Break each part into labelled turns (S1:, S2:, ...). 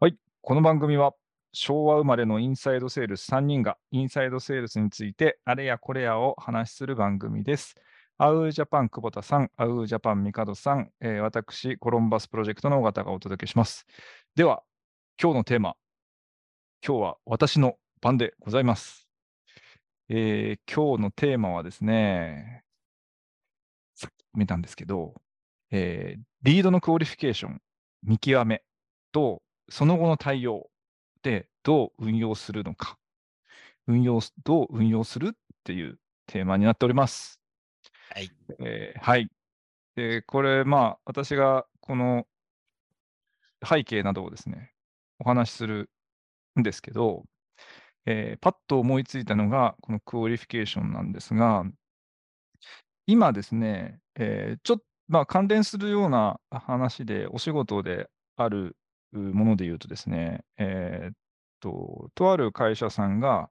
S1: はい。この番組は昭和生まれのインサイドセールス3人がインサイドセールスについてあれやこれやを話しする番組です。アウージャパン久保田さん、アウージャパン帝さん、えー私、コロンバスプロジェクトの尾形がお届けします。では、今日のテーマ、今日は私の番でございます。えー今日のテーマはですね、さっき見たんですけど、えーリードのクオリフィケーション、見極めと、その後の対応でどう運用するのか、運用す、どう運用するっていうテーマになっております。
S2: はい。
S1: えーはい。で、これ、まあ、私がこの背景などをですね、お話しするんですけど、えーパッと思いついたのが、このクオリフィケーションなんですが、今ですね、えーちょっと、まあ、関連するような話で、お仕事であるうもので言うとですね、えーっと、とある会社さんが、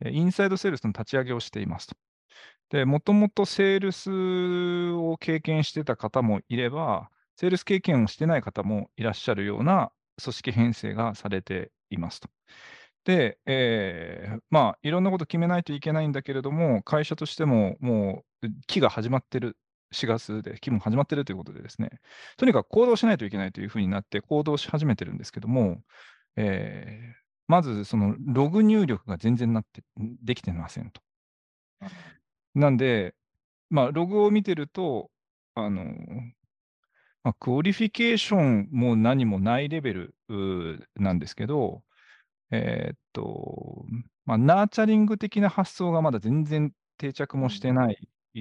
S1: えーインサイドセールスの立ち上げをしていますと。で、もともとセールスを経験してた方もいれば、セールス経験をしてない方もいらっしゃるような組織編成がされていますと。で、えーまあ、いろんなこと決めないといけないんだけれども、会社としてももう期が始まってる、4月で期も始まってるということでですね、とにかく行動しないといけないというふうになって行動し始めてるんですけども、えーまずそのログ入力が全然なってできてませんと。なんで、まあ、ログを見てると、あの、まあ、クオリフィケーションも何もないレベルうーなんですけど、えーっと、まあ、ナーチャリング的な発想がまだ全然定着もしてない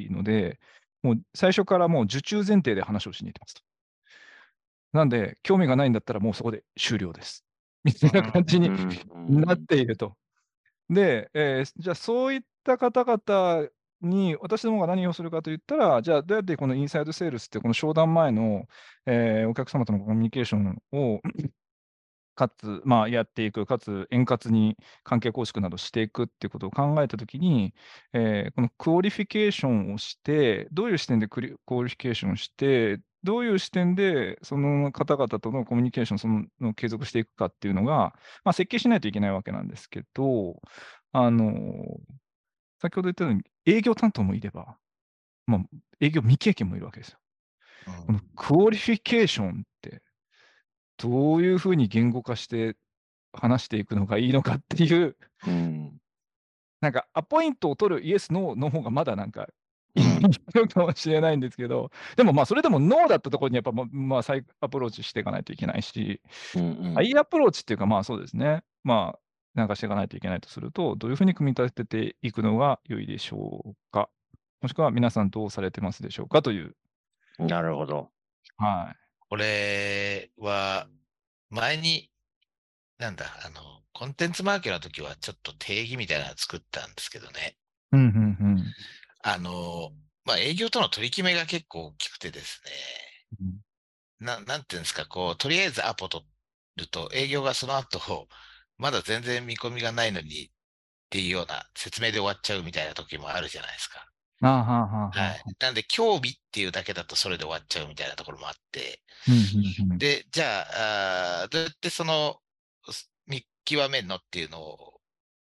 S1: ので、もう最初からもう受注前提で話をしに行ってますと。なんで、興味がないんだったらもうそこで終了です。みたいな感じになっていると。で、えーじゃあそういった方々に私どもが何をするかといったら、じゃあどうやってこのインサイドセールスってこの商談前の、えーお客様とのコミュニケーションをかつ、まあ、やっていく、かつ円滑に関係構築などしていくっていうことを考えたときに、えーこのクオリフィケーションをして、どういう視点でクリクオリフィケーションをして、どういう視点でその方々とのコミュニケーションそのの継続していくかっていうのが、まあ、設計しないといけないわけなんですけど、あの先ほど言ったように営業担当もいれば、まあ、営業未経験もいるわけですよこのクオリフィケーションってどういうふうに言語化して話していくのがいいのかっていう
S2: うん
S1: なんかアポイントを取るイエスノーの方がまだなんかいいのかもしれないんですけどでもまあそれでもノーだったところにやっぱままあ再アプローチしていかないといけないし
S2: うん
S1: いいアプローチっていうかまあそうですねまあなんかしていかないといけないとするとどういうふうに組み立てていくのが良いでしょうかもしくは皆さんどうされてますでしょうかという
S2: うんなるほど。
S1: はい
S2: これは、前に、なんだ、あの、コンテンツマーケの時はちょっと定義みたいなの作ったんですけどね。
S1: うんうんうん
S2: あの、まあ、営業との取り決めが結構大きくてです
S1: うん
S2: ね。な、なんていうんですか、こう、とりあえずアポ取ると、営業がその後、まだ全然見込みがないのに、っていうような説明で終わっちゃうみたいな時もあるじゃないですか。
S1: ああ、はあ、はあ。
S2: はい。なんで、興味っていうだけだとそれで終わっちゃうみたいなところもあって。
S1: うんうんうん
S2: で、じゃあ、あーどうやってその、す見極めんのっていうの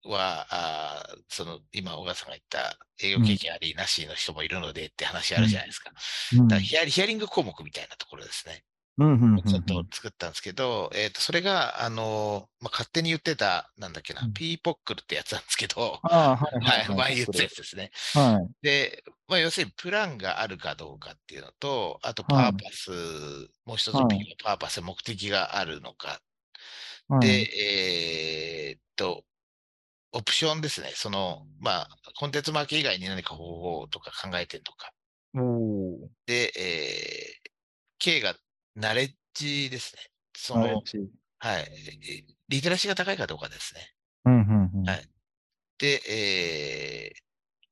S2: は、あーその、今、小川さんが言った営業経験ありなしの人もいるのでって話あるじゃないですか。だからヒアリヒアリング項目みたいなところですね。
S1: うんうんうんうん
S2: ちょっと作ったんですけど、えっと、それが、あのー、まあ、勝手に言ってた、なんだっけ
S1: う
S2: な、
S1: ん
S2: ピーポックルってやつなんですけど、
S1: ああ、はいは
S2: はいい、
S1: はい。
S2: 前言ったやつですね。
S1: はい。
S2: で、まあ、要するにプランがあるかどうかっていうのと、あとパ
S1: は
S2: ー
S1: い
S2: パス、もう一つ
S1: はい
S2: のピンはパーパス、目的があるのか。
S1: はい、
S2: で、えーっと、オプションですね。その、まあ、コンテンツマーケ以外に何か方法とか考えてるのか。
S1: おおー。
S2: で、えー K がナレッジですね。そ
S1: ナレッ
S2: の、
S1: ジ
S2: はい。リテラシーが高いかどうかですね。
S1: うんうんうん。
S2: はいで、えー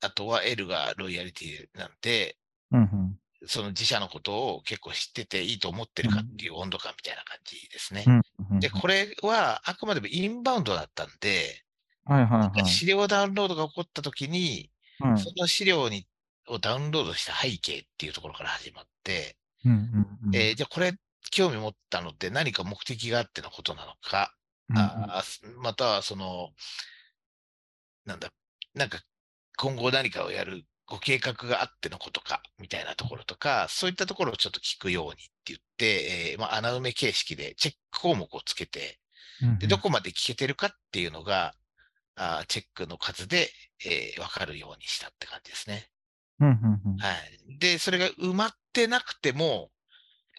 S2: あとは L がロイヤリティなんで、
S1: うんうん
S2: その自社のことを結構知ってていいと思ってるかっていう温度感みたいな感じですね
S1: う。んうん。
S2: で、これはあくまでもインバウンドだったんで、
S1: はいはいはい。
S2: 資料ダウンロードが起こった時に、
S1: うん
S2: その資料にをダウンロードした背景っていうところから始まって、
S1: うんうんうん
S2: えーじゃあこれ興味持ったのって何か目的があってのことなのか、
S1: うん
S2: あーすまたはその、なんだ、なんか今後何かをやるご計画があってのことか、みたいなところとか、そういったところをちょっと聞くようにって言って、えーまあ、穴埋め形式でチェック項目をつけて、
S1: うん
S2: でどこまで聞けてるかっていうのが、あーチェックの数で、えー、分かるようにしたって感じですね。
S1: うんうんうん
S2: はい。で、それが埋まってなくても、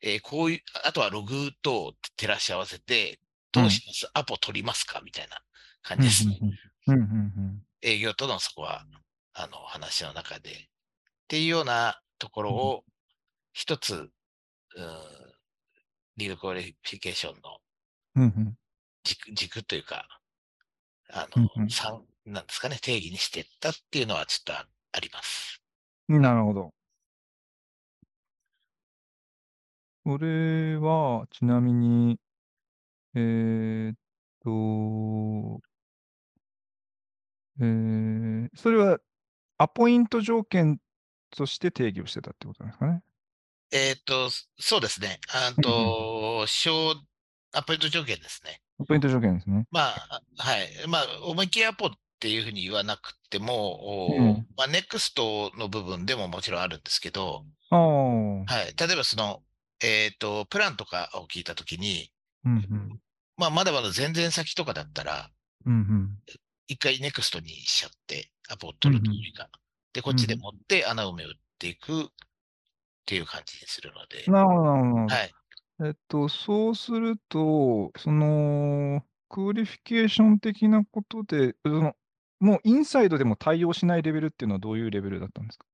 S2: えーこういう、あとはログと照らし合わせて、どうします、アポ取りますかみたいな感じですね。
S1: うんうんうん
S2: 営業とのそこは、あの、話の中で。っていうようなところを、一つ、うん、リードコリフィケーションの
S1: うんうん
S2: 軸軸というか、あ
S1: うんう
S2: の、
S1: ん
S2: さんなんですかね、定義にしてったっていうのはちょっとああります。
S1: うんなるほど。これは、ちなみに、えーっと、えー、それは、アポイント条件として定義をしてたってことなんですかね。
S2: えっ、と、そそうですね。あーと、小、アポイント条件ですね。
S1: アポイント条件ですね。
S2: まあ、はい。まあ、思いっきりアポっていうふうに言わなくても、おー
S1: うん
S2: まあ、ネクストの部分でももちろんあるんですけど、
S1: ああ、うん
S2: はい。例えばその、えっ、と、プランとかを聞いたときに、
S1: うん、
S2: まあ、まだまだ全然先とかだったら、
S1: うんうん、
S2: 一回ネクストにしちゃって、アポを取るというか、で、こっちで持って穴埋めを打っていくっていう感じにするので、
S1: なるほど、なるほどなるほど。
S2: はい。
S1: えっと、そうすると、その、クオリフィケーション的なことで、その、もうインサイドでも対応しないレベルっていうのはどういうレベルだったんですか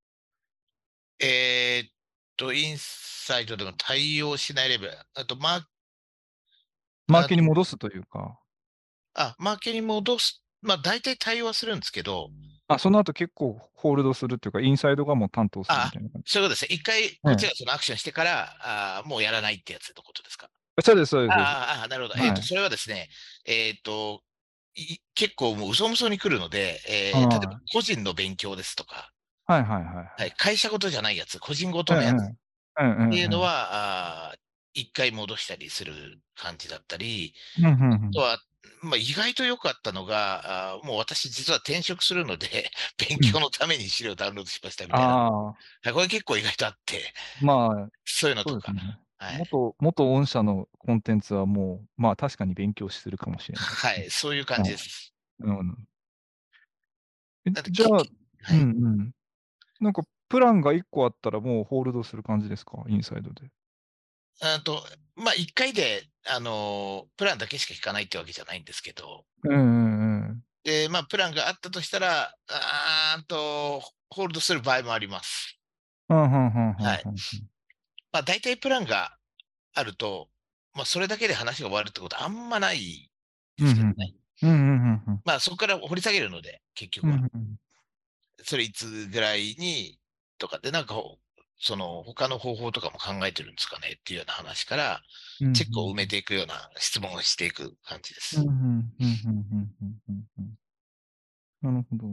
S2: えーっと、インサイトでも対応しないレベル。あと、マー
S1: マーケに戻すというか、
S2: あ、マーケに戻す。まあ、大体対応はするんですけど、
S1: あ、その後結構ホールドするっていうか、インサイドがもう担当するみ
S2: あ
S1: たいな感じ。
S2: そういうことですね。一回、こっちがそのアクションしてから、あーもうやらないってやつのことですか。
S1: そうです、そうです。そうです
S2: あーあー、なるほど。えーっ
S1: は
S2: と、
S1: い
S2: それはですね、えーっと、い結構もう嘘むそに来るので、えー
S1: はい
S2: 例えば個人の勉強ですとか、
S1: はいはいはい。
S2: はい、会社ごとじゃないやつ、個人ごとのやつっ
S1: うんうん
S2: ていうのは、あー一回戻したりする感じだったり、
S1: うんうんうん
S2: あとは、まあ、意外と良かったのが、あーもう私実は転職するので、 勉強のために資料ダウンロードしましたみたいな。
S1: あ
S2: はいこれ結構意外とあって、
S1: あ、まあ、
S2: そういうの
S1: そう
S2: と
S1: です
S2: か。
S1: ね。
S2: はい。
S1: 元、元御社のコンテンツはもう、まあ確かに勉強するかもしれない。
S2: はい、そういう感じです。
S1: うん。え
S2: だって
S1: じゃあ
S2: き、はい
S1: うんうん。なんか、プランが1個あったらもうホールドする感じですかインサイドで。
S2: あと、まあ、一回で、あのープランだけしか聞かないってわけじゃないんですけど、
S1: うんうんうん。
S2: で、まあ、プランがあったとしたら、あーんと、ホールドする場合もあります。
S1: うんうんうんうん。
S2: はい。まあ、大体プランがあると、まあ、それだけで話が終わるってことはあんまないですけどね。
S1: んうんうんうん
S2: まあ、そこから掘り下げるので、結
S1: う
S2: 局
S1: ん。
S2: は。
S1: うんうん
S2: それいつぐらいにとかで、なんかほ、その他の方法とかも考えてるんですかねっていうような話から、
S1: うん
S2: チェックを埋めていくような質問をしていく感じで
S1: うん
S2: す
S1: うん。うんうんうんうんうんなるほど。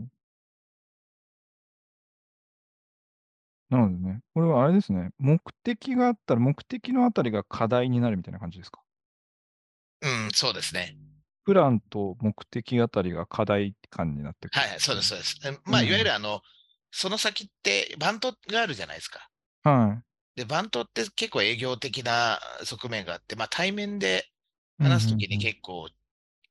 S1: なのでね、これはあれですね、目的があったら、目的のあたりが課題になるみたいな感じですか
S2: うん、そうですね。
S1: プランと目的あたりが課題感になってくる。
S2: はいはい、そうです、。そうです。えまあ、
S1: うん
S2: いわゆるあの、その先ってバントがあるじゃないですか。
S1: は
S2: で、バントって結構営業的な側面があって、まあ、対面で
S1: い。
S2: 話すときに
S1: 結
S2: 結構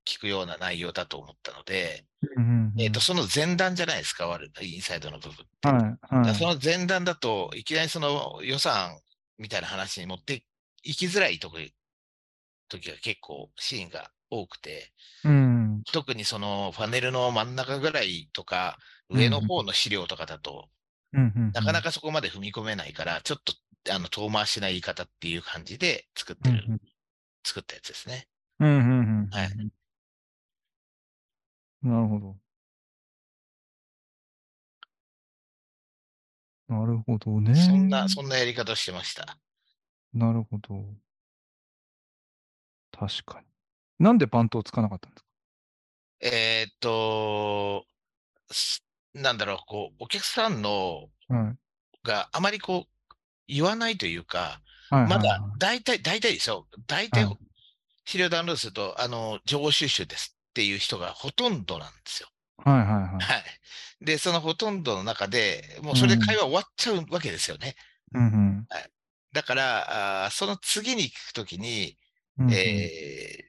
S2: 聞くような内容だと思ったので、
S1: 構、うんうん
S2: えっと、その前段じゃないですか、悪いインサイドの部分って。
S1: はい、は
S2: だから
S1: い。
S2: その前段だと、いきなりその予算みたいな話に持っていきづらいとこ時が結構シーンが多くて、
S1: うん、
S2: 特にそのパネルの真ん中ぐらいとか、上の方の資料とかだと、
S1: うん
S2: なかな
S1: か
S2: かそこまで踏み込めないから、ちょっとあの遠回しな言い方っていう感じで作ってる、作ったやつですね。
S1: うんうんうんうん。
S2: はい。
S1: なるほど。なるほどね。
S2: そんな、そんなやり方をしてました。
S1: なるほど。確かに。なんでバントをつかなかったんですか
S2: えーっと、すなんだろう、こう、お客さんの
S1: はい。
S2: があまりこう、言わないというか、
S1: はいはい
S2: ま
S1: はい
S2: だ、大体、大体でしょ大体
S1: はい、
S2: 資料ダウンロードすると、あの、情報収集ですっていう人がほとんどなんですよ。
S1: はいはいはい。
S2: はい。で、そのほとんどの中で、もうそれで会話終わっちゃうわけですよね。
S1: うん
S2: だから、あーその次に聞くときに、
S1: うん。
S2: えー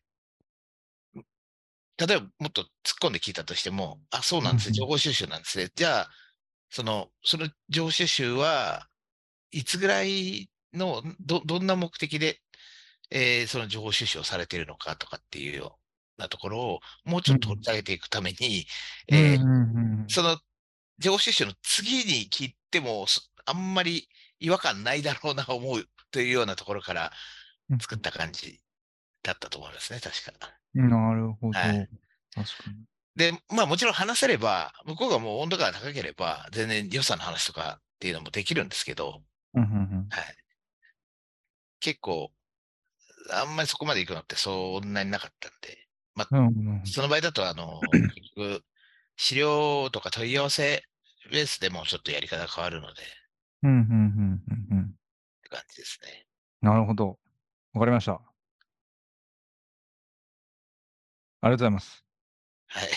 S2: 例えばもっと突っ込んで聞いたとしても、あ、そうなんです
S1: うんう
S2: ね、
S1: ん
S2: 情報収集なんですね。じゃあ、その、その情報収集はいつぐらいの、ど、どんな目的で、えーその情報収集をされているのかとかっていうようなところをもうちょっと掘り下げていくために、
S1: うん
S2: えー
S1: うんうんうん
S2: その情報収集の次に聞いてもそあんまり違和感ないだろうな思うというようなところから
S1: うん
S2: 作った感じだったと思いますね、確か。
S1: なるほど。確
S2: は
S1: か
S2: い
S1: に。
S2: で、まあもちろん話せれば、向こうがもう温度感が高ければ、全然良さの話とかっていうのもできるんですけど、
S1: うんうん
S2: はい。結構、あんまりそこまで行くのってそんなになかったんで、
S1: うんうんうんうん
S2: その場合だと、あ の、結局資料とか問い合わせベースでもちょっとやり方が変わるので、
S1: うんうんうんうんうん
S2: って感じですね。
S1: なるほど。わかりました。ありがとうございます。
S2: はい。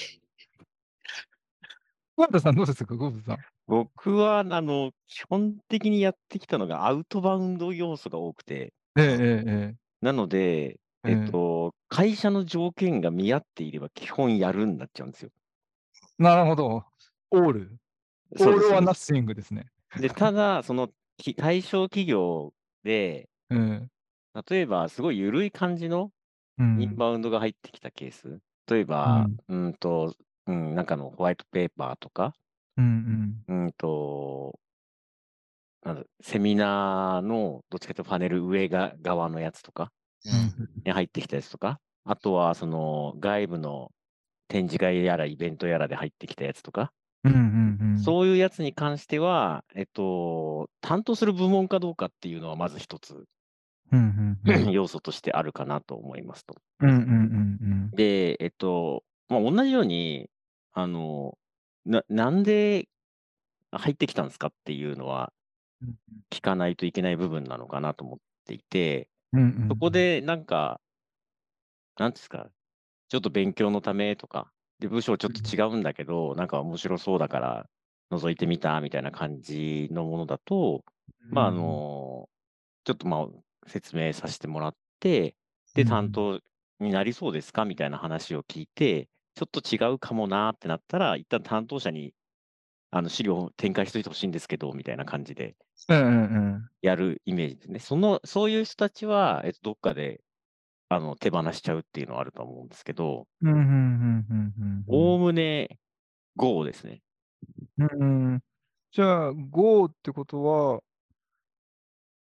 S1: 桑田さん、どうですか、桑田さん。
S3: 僕は、あの、基本的にやってきたのがアウトバウンド要素が多くて、
S1: えええ
S3: なので、
S1: えええ
S3: えっと、会社の条件が見合っていれば基本やるになっちゃうんですよ。
S1: えなるほど。オール。オ
S3: そ
S1: ー
S3: うで
S1: ル
S3: す
S1: は
S3: そう
S1: ナッ
S3: で
S1: シングですね。
S3: すで、ただ、そのき対象企業で、
S1: ええ
S3: 例えばすごい緩い感じの
S1: うん
S3: インバウンドが入ってきたケース、例えば、うんと、うん、なんかのホワイトペーパーとか、
S1: うん
S3: うんと、なんだセミナーのどっちかというとパネル上が側のやつとか
S1: うんうん
S3: に入ってきたやつとか、あとはその外部の展示会やらイベントやらで入ってきたやつとか、
S1: うんうんうん
S3: そういうやつに関しては、えっと、担当する部門かどうかっていうのはまず一つ、
S1: うんうんうん
S3: 要素としてあるかなと思いますと。
S1: うんうんうん
S3: で、えっと、まあ、同じように、あの、な、なんで入ってきたんですかっていうのは
S1: うん
S3: 聞かないといけない部分なのかなと思っていて、
S1: うんうんうん
S3: そこでなんか、なんですか、ちょっと勉強のためとか、で、部署ちょっと違うんだけど、なんか面白そうだから覗いてみたみたいな感じのものだと、まあ、あ、の、ちょっとまあ、説明させてもらって、で、
S1: うん
S3: 担当になりそうですかみたいな話を聞いて、ちょっと違うかもなーってなったら、一旦担当者に、あの、資料を展開しといてほしいんですけど、みたいな感じで
S1: うんうん
S3: やるイメージですね。その、そういう人たちは、えっと、どっかで、あの、手放しちゃうっていうのはあると思うんですけど、
S1: うんうんうんうんうんうん
S3: おおむね GO ですね。
S1: うんじゃあ、GO ってことは、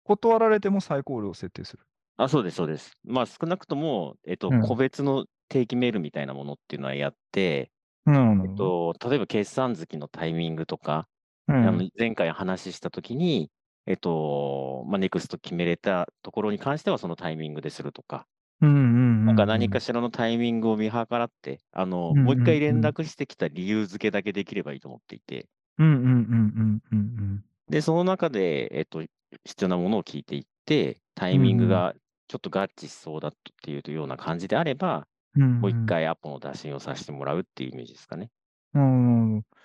S1: 断られても最高量を設定する。
S3: あ、そうです、そうです。まあ、少なくとも、えっと、
S1: うん
S3: 個別の定期メールみたいなものっていうのはやって、
S1: なる
S3: えっと、例えば決算月のタイミングとか、
S1: うん
S3: あの前回話したときに、えっと、まあ、ネクスト決めれたところに関してはそのタイミングでするとか、
S1: うんうん
S3: なんか何か
S1: し
S3: しらのタイミングを見計らって、あ
S1: う
S3: の、
S1: んうんうん
S3: もう一回連絡してきた理由付けだけできればいいと思っていて、
S1: うんうんうんうんうん
S3: で、その中で、えっと、必要なものを聞いていって、タイミングがちょっと合致しそうだっていうような感じであれば、
S1: うんうん。
S3: もう一回アポの打診をさせてもらうっていうイメージですかね。
S1: うん。なるほど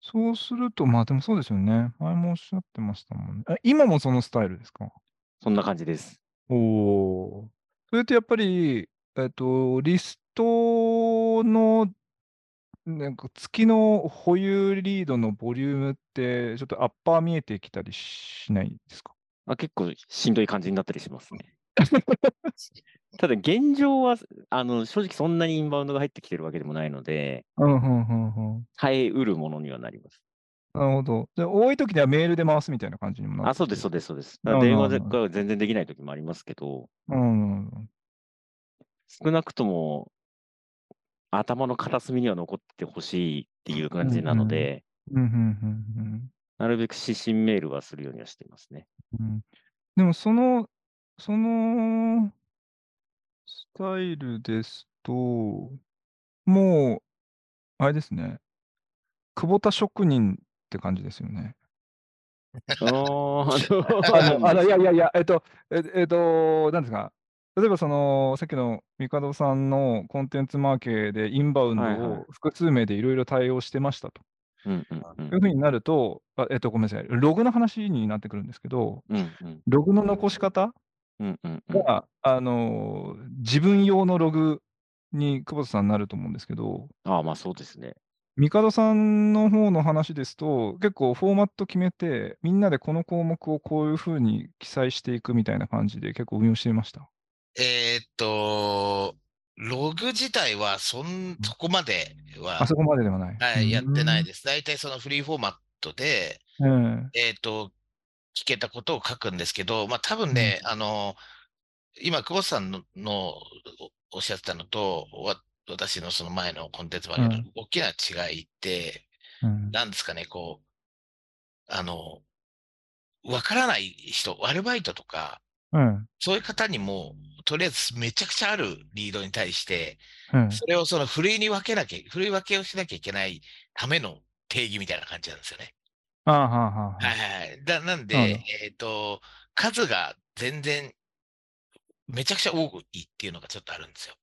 S1: そうすると、まあでもそうですよね。前もおっしゃってましたもんね。あ今もそのスタイルですか
S3: そんな感じです。
S1: おお。それってやっぱり、えっと、リストの、なんか月の保有リードのボリュームって、ちょっとアッパー見えてきたりしないですか
S3: あ、結構しんどい感じになったりしますね。ただ現状はあの正直そんなにインバウンドが入ってきてるわけでもないので、
S1: うん、うん、うん、うん。
S3: 耐えうるものにはなります。
S1: なるほど。で、多い時にはメールで回すみたいな感じにもな
S3: あ、
S1: って
S3: そう
S1: きて
S3: です、そうです、そうです。
S1: なるほど
S3: 電話
S1: な
S3: で
S1: るほど
S3: が全然できない時もありますけど、
S1: うんうんうん。
S3: 少なくとも頭の片隅には残ってほしいっていう感じなので、
S1: うん、うん、うん、うん。
S3: なるべく指針メールはするようにはしてますね。
S1: うんでもその、そのスタイルですと、もう、あれですね、久保田職人って感じですよね。
S3: おー
S1: あの、あのいやいやいや、えっと、ええっと、なんですか、例えばその、さっきのミカドさんのコンテンツマーケでインバウンド
S3: はいはい
S1: を複数名でいろいろ対応してましたと。
S3: うんうんうん
S1: いうふうになると、あえっと、ごめんなさい、ログの話になってくるんですけど、
S3: うんうん
S1: ログの残し方
S3: うんうんうん
S1: が、あの、自分用のログに久保田さんなると思うんですけど、
S3: ああ、まあそうですね。
S1: ミカドさんの方の話ですと、結構フォーマット決めて、みんなでこの項目をこういうふうに記載していくみたいな感じで結構運用していました。
S2: えーっと、ログ自体はそん、そこまでは
S1: あ、そこまでではない。
S2: はい、やってない
S1: す。
S2: です。大体そのフリーフォーマットで、
S1: うん
S2: えっ、と、聞けたことを書くんですけど、まあ多分ね、あの、今、久保田さんののおおっしゃってたのと、わ私のその前のコンテンツマネージャーの大きな違いって、
S1: うん
S2: なんですかね、こう、あの、わからない人、アルバイトとか、
S1: うん
S2: そういう方にも、とりあえずめちゃくちゃあるリードに対して、
S1: うん
S2: それをそのふるいに分けなきゃ、ふるい分けをしなきゃいけないための定義みたいな感じなんですよね。
S1: あはあはあ
S2: はいはいはい。だなんで、
S1: なるほど
S2: えっ、と、数が全然、めちゃくちゃ多いっていうのがちょっとあるんですよ。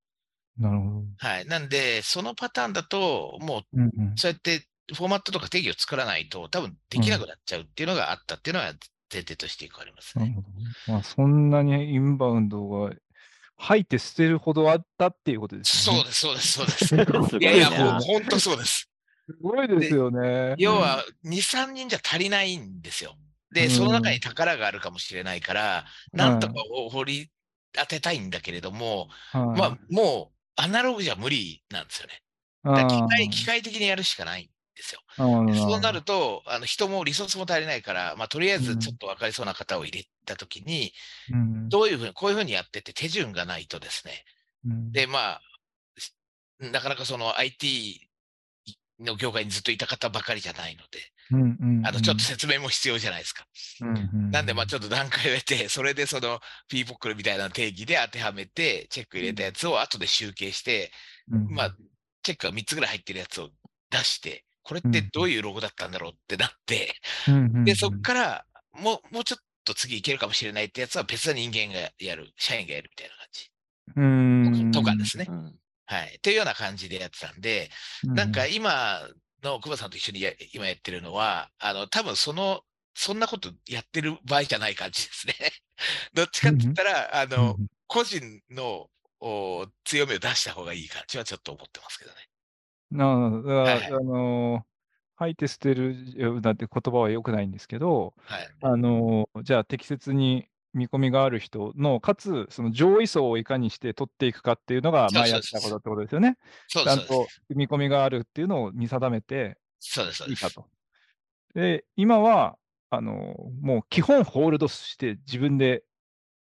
S1: なるほど。
S2: はい。なんで、そのパターンだと、も
S1: うんうん
S2: う、そうやってフォーマットとか定義を作らないと、多分できなくなっちゃうっていうのがあったっていうのは前提として一個あります
S1: なる
S2: ね。
S1: ほどねまあ、そんなにインバウンドが入って捨てるほどあったっていうことです
S2: そ
S1: よ
S2: う
S1: ね。
S2: です、そうです、そうです。
S3: すごい
S2: いやいや、
S3: な
S2: もう本当そうです。
S1: すごいですよね。
S2: 要は、2、3人じゃ足りないんですよ。
S1: う
S2: で、
S1: ん
S2: その中に宝があるかもしれないから、なんとかを掘り当てたいんだけれども、
S1: はい
S2: まあ、もう、アナログじゃ無理なんですよね。だから機械機械的にやるしかないんですよ。
S1: あー
S2: でそうなると、あの人もリソースも足りないから、まあ、とりあえ
S1: う
S2: ず
S1: ん
S2: ちょっと分かりそうな方を入れたときに、
S1: うん
S2: どういうふうに、こういうふうにやってって手順がないとですね、
S1: うん
S2: で、まあ、しなかなかその IT の業界にずっといた方ばかりじゃないので、
S1: うんうんうん
S2: あの、ちょっと説明も必要じゃないですか。なんで、まあ、ちょっと段階を得て、 それでその P ポックルみたいな定義で当てはめて、チェック入れたやつを後で集計して、
S1: うん
S2: まあ、チェックが3つぐらい入ってるやつを出して、これってどういうロゴだったんだろうってなって、で、そっから、もう、もうちょっと次いけるかもしれないってやつは別の人間がやる、社員がやるみたいな感じ。
S1: うん
S2: とかですね。
S3: うん
S2: はい。というような感じでやってたんで、なんか今の久保さんと一緒にや今やってるのは、あの、多分その、そんなことやってる場合じゃない感じですね。 どっちかって言ったら、あの、個人のお強みを出した方がいい感じはちょっと思ってますけどね。
S1: なるほど。だ
S2: はいはい
S1: からあのー、吐いて捨てるなんて言葉は良くないんですけど、
S2: はい。
S1: あのー、じゃあ適切に見込みがある人の、かつその上位層をいかにして取っていくかっていうのが、
S2: そう
S1: まあ
S2: そう
S1: やってたことってことですよね。
S2: そう
S1: ち
S2: で
S1: ゃ
S2: す
S1: んと見込みがあるっていうのを見定めて
S2: そうです。そう
S1: い
S2: で
S1: い
S2: す。そ
S1: か
S2: うで
S1: と。
S2: す
S1: で、今は、あのー、もう基本ホールドして自分で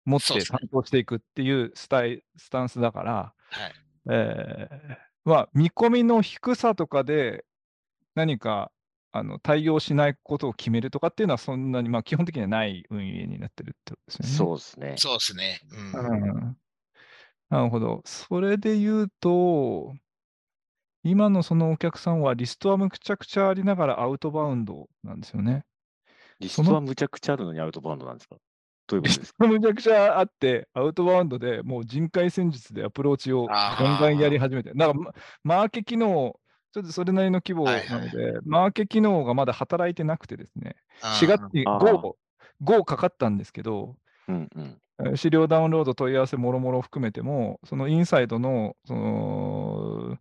S1: 持っ
S2: そう
S1: て
S2: ですね
S1: 担当していくっていうスタイスタンスだから、
S2: はい。
S1: えーまあ、見込みの低さとかで何かあの対応しないことを決めるとかっていうのはそんなに、まあ、基本的にはない運営になってるってことですよね。
S3: そうですね。
S2: そうですね。うん。
S1: うんなるほど。それで言うと、今のそのお客さんはリストはむちゃくちゃありながらアウトバウンドなんですよね。
S3: リストはむちゃくちゃあるのにアウトバウンドなんですかどういうことですか
S1: むちゃくちゃあって、アウトバウンドでもう人海戦術でアプローチを
S2: あー
S1: ガンガンやり始めて、だからまマーケ機能、ちょっとそれなりの規模なので、マーケ機能がまだ働いてなくてですね、4月
S2: あー
S1: に
S3: あー
S1: GO, GO かかったんですけど、
S3: うんうん。
S1: えー資料ダウンロード、問い合わせもろもろ含めても、そのインサイドの、その、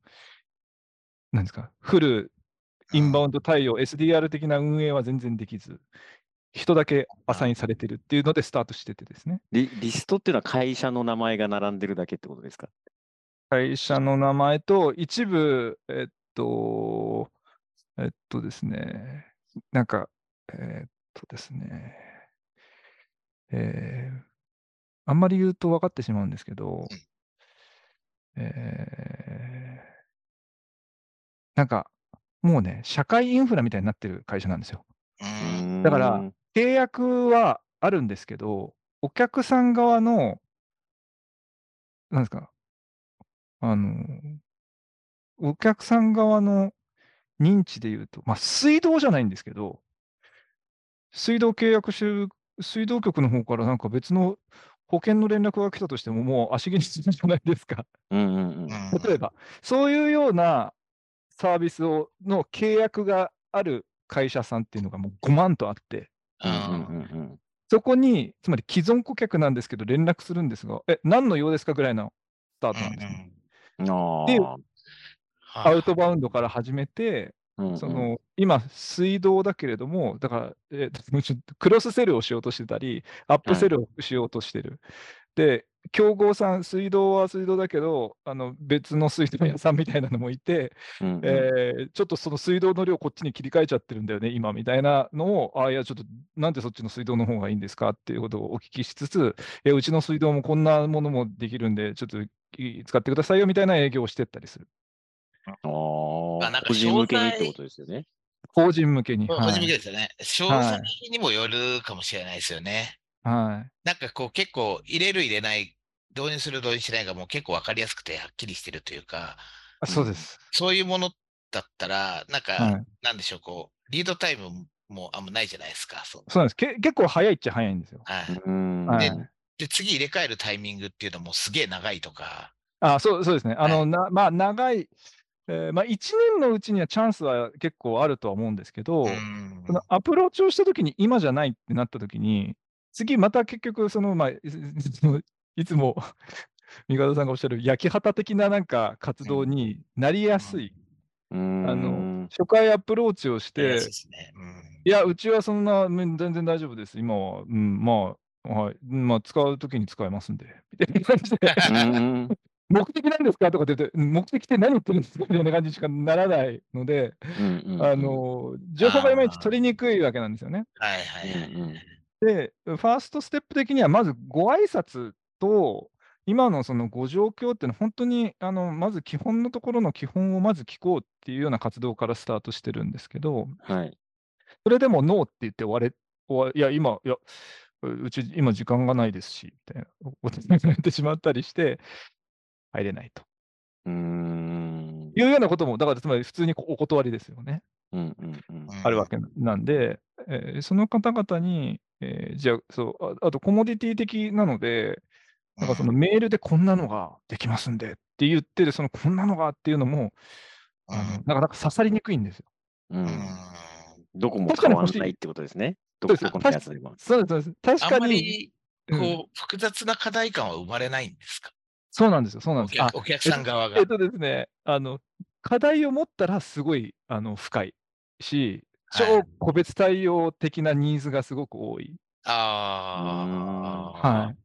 S1: なんですか、フルインバウンド対応、SDR 的な運営は全然できず、人だけアサインされてるっていうのでスタートしててですね。
S3: リリストっていうのは会社の名前が並んでるだけってことですか
S1: 会社の名前と一部、えっと、えっとですね、なんか、えっとですね、えーあんまり言うと分かってしまうんですけど
S2: うん、
S1: えーなんか、もうね、社会インフラみたいになってる会社なんですよ。
S2: うん
S1: だから契約はあるんですけど、お客さん側の、なんですか、あの、お客さん側の認知で言うと、まあ、水道じゃないんですけど、水道契約してる、水道局の方からなんか別の保険の連絡が来たとしても、もう足切りするじゃないですか。
S3: うんうんうん。
S2: うん
S1: 例えば、そういうようなサービスをの契約がある会社さんっていうのがもう5万とあって、
S2: う
S3: う
S2: んん。
S3: うんうん
S1: そこに、つまり既存顧客なんですけど、連絡するんですが、え、何の用ですかぐらいのスタートなんですよ。
S3: うんあ
S1: で
S3: ー
S1: アウト
S2: ウン
S1: バウンドから始めて、
S3: うんうん
S1: その今、水道だけれども、だから、え ーちょっとクロスセルをしようとしてたり、アップセルをしようとしてる。で、競合さん、水道は水道だけど、あの別の水道屋さんみたいなのもいて、
S3: うんうん
S1: えーちょっとその水道の量こっちに切り替えちゃってるんだよね、今みたいなのを、あいや、ちょっとなんでそっちの水道の方がいいんですかっていうことをお聞きしつつ、えうちの水道もこんなものもできるんで、ちょっとい使ってくださいよみたいな営業をしてったりする。
S3: あー
S2: あなんか
S3: 個人向けにってことですよね。
S1: 法人向けに。
S2: 個
S1: はい
S2: 人向けですよね。詳細にもよるかもしれないですよね。
S1: はい
S2: なんかこう結構入れる入れない、導入する導入しないがもう結構わかりやすくてはっきりしてるというか、
S1: あそうです。
S2: そういうものだったら、なんか、
S1: はい
S2: なんでしょう、こう、リードタイムもあんまないじゃないですか。そう。
S1: そうなんです。け結構早いっちゃ早いんですよ。
S2: はい。
S3: うん
S1: はい
S2: ねで、次入れ替えるタイミングっていうのもすげえ長いとか、
S1: あそうそうですね。あの、
S2: はい
S1: なまあ、長い、えーまあ、1年のうちにはチャンスは結構あるとは思うんですけど、
S2: うん
S1: そのアプローチをしたときに今じゃないってなったときに、次また結局、その、まあ、い そのいつも 三方さんがおっしゃる焼き畑的ななんか活動になりやすい、
S3: うん
S1: あの初回アプローチをし
S2: やりや
S1: て
S2: すい、ですね。うん
S1: いや、うちはそんな、うん全然大丈夫です。今は、うん、まあ、はい、うんまあ、使うときに使えますんで、みたいな感じ で、
S3: うん
S1: 目的なんですかとかって言って、うん目的って何言ってるんですかみたいな感じにしかならないので、
S3: うんうん
S1: あの、情報がいまいち取りにくいわけなんですよね。
S2: はいはいはい。
S3: うんうん
S1: で、ファーストステップ的には、まずご挨拶と、今のそのご状況っていうのは、本当にあのまず基本のところの基本をまず聞こうっていうような活動からスタートしてるんですけど、
S3: はい。
S1: それでもノーって言って終われ、終わいや、今、いや、ううち今時間がないですし、みたいなことになってしまったりして、入れないと
S3: うん
S1: いうようなことも、だからつまり普通にこお断りですよね、
S3: うんうんう
S2: うん
S3: ん
S1: あるわけななんで、えーその方々に、えーじゃあ、そうあ、あとコモディティ的なので、なんかそのメールでこんなのができますんでって言ってる、そのこんなのがっていうのも、
S2: うん
S1: あのなかなか刺さりにくいんですよ。
S3: う
S2: うん
S3: んどこも
S1: 確か
S3: 変
S1: に
S3: わ
S1: 欲
S3: ん
S1: しい
S3: ないってことですね。ど
S1: そうです
S3: このやつでも。
S1: そうです、そうです。
S2: あ
S1: 確か
S2: んま
S1: に、
S2: り、
S1: うん
S2: こう、複雑な課題感は生まれないんですか
S1: そうなんですよ、そうなん
S2: お
S1: です。あ
S2: 客お客さん側が
S1: えっ。とですね、あの、課題を持ったらすごいあの深いし、
S2: はい
S1: 超個別対応的なニーズがすごく多い。
S2: ああ。
S1: はい。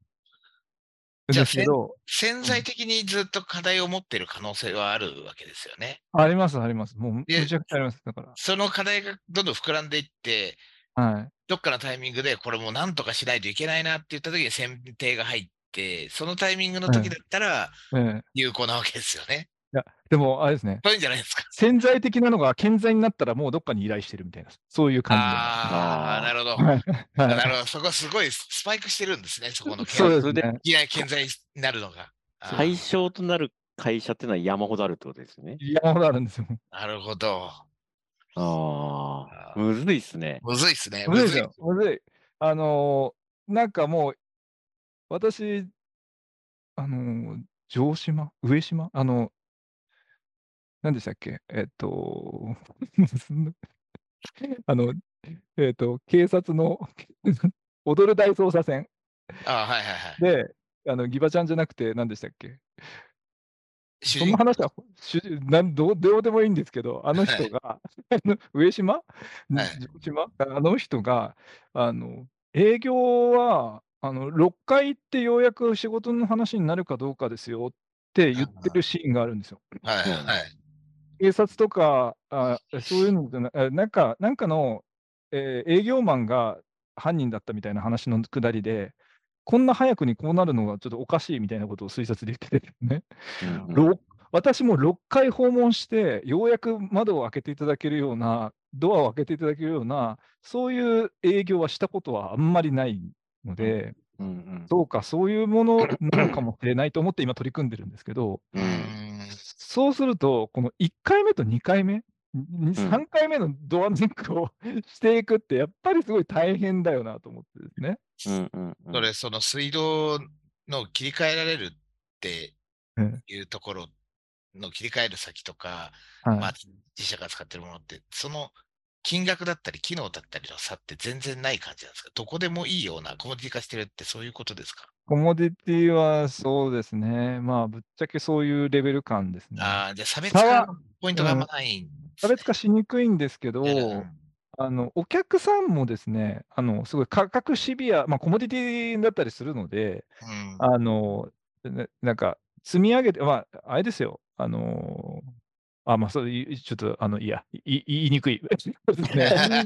S2: じゃあ
S1: ですけど、
S2: 潜在的にずっと課題を持ってる可能性はあるわけですよね。
S1: あります、あります。もうむ
S2: で
S1: むちゃくちゃあります。だか
S2: その課題がどんどん膨らんでいって、
S1: ら、はい。
S2: どっかのタイミングでこれもう何とかしないといけないなって言った時に選定が入って、そのタイミングの時だったら
S1: ええ
S2: 有効なわけですよね。
S1: いやでも、あれですね、
S2: そういうんじゃないですか。
S1: 潜在的なのが健在になったらもうどっかに依頼してるみたいな、そういう感
S2: ああ、
S3: あ
S2: なるほど。
S1: はいじで。
S2: な
S1: はい
S2: るほど。そこすごいスパイクしてるんですね、そこの
S1: そう
S2: い
S1: ですね。
S2: きなり健在になるのが。あー
S3: 対象となる会社っていうのは山ほどあるってことですね。
S1: 山ほどあるんですよ。
S2: なるほど。
S3: あ
S2: あ
S3: あ、むずいっすね。
S2: むずいですね。
S1: むずいですよ。むずい。あのーなんかもう、私、あのー城島上島あの、何でしたっけえっと、 そんなあの、えっと、警察の 踊る大捜査線
S2: ああ、はいはいはい。
S1: で、あのギバちゃんじゃなくて、何でしたっけ
S2: 主
S1: そ
S2: 人
S1: の
S2: 公
S1: 話は主人なんどうどうでもいいんですけど、あの人 が、あの上島、上島あの人があの、営業はあの6回行ってようやく仕事の話になるかどうかですよって言ってるシーンがあるんですよ。
S2: はいはいはい。
S1: 警察とか、あそういうのじゃなあなんか、なんかの、えー営業マンが犯人だったみたいな話のくだりで、こんな早くにこうなるのはちょっとおかしいみたいなことを推察で言っててね。
S3: うんうん
S1: ろ私も6回訪問して、ようやく窓を開けていただけるような、ドアを開けていただけるような、そういう営業はしたことはあんまりないので、
S3: うんうん
S1: そうか、そういうものなのかもしれないと思って今取り組んでるんですけど、
S3: うん
S2: うーん
S1: そうすると、この1回目と2回目、に3回目のドアチェックをしていくって、やっぱりすごい大変だよなと思ってですね。
S3: うんうんうん
S2: それ、その水道の切り替えられるって
S1: うん
S2: いうところの切り替える先とか、
S1: はい
S2: まあ、自社が使ってるものって、その金額だったり、機能だったりの差って全然ない感じなんですかどこでもいいようなコモディティ化してるってそういうことですか、
S1: コモディティはそうですね。まあ、ぶっちゃけそういうレベル感ですね。
S2: ああ、じゃあ差別
S1: 差は
S2: 化のポイントがあんまないんです
S1: 差
S2: ね、
S1: 別化しにくいんですけど、
S2: うん
S1: あのお客さんもですね、あのすごい価格シビア、まあ、コモディティだったりするので、
S2: うん
S1: あのななんか積み上げて、まあ、あれですよ、あのあ、まあ、そういちょっと、あの、いや、いい言いにくい。 そうですねあの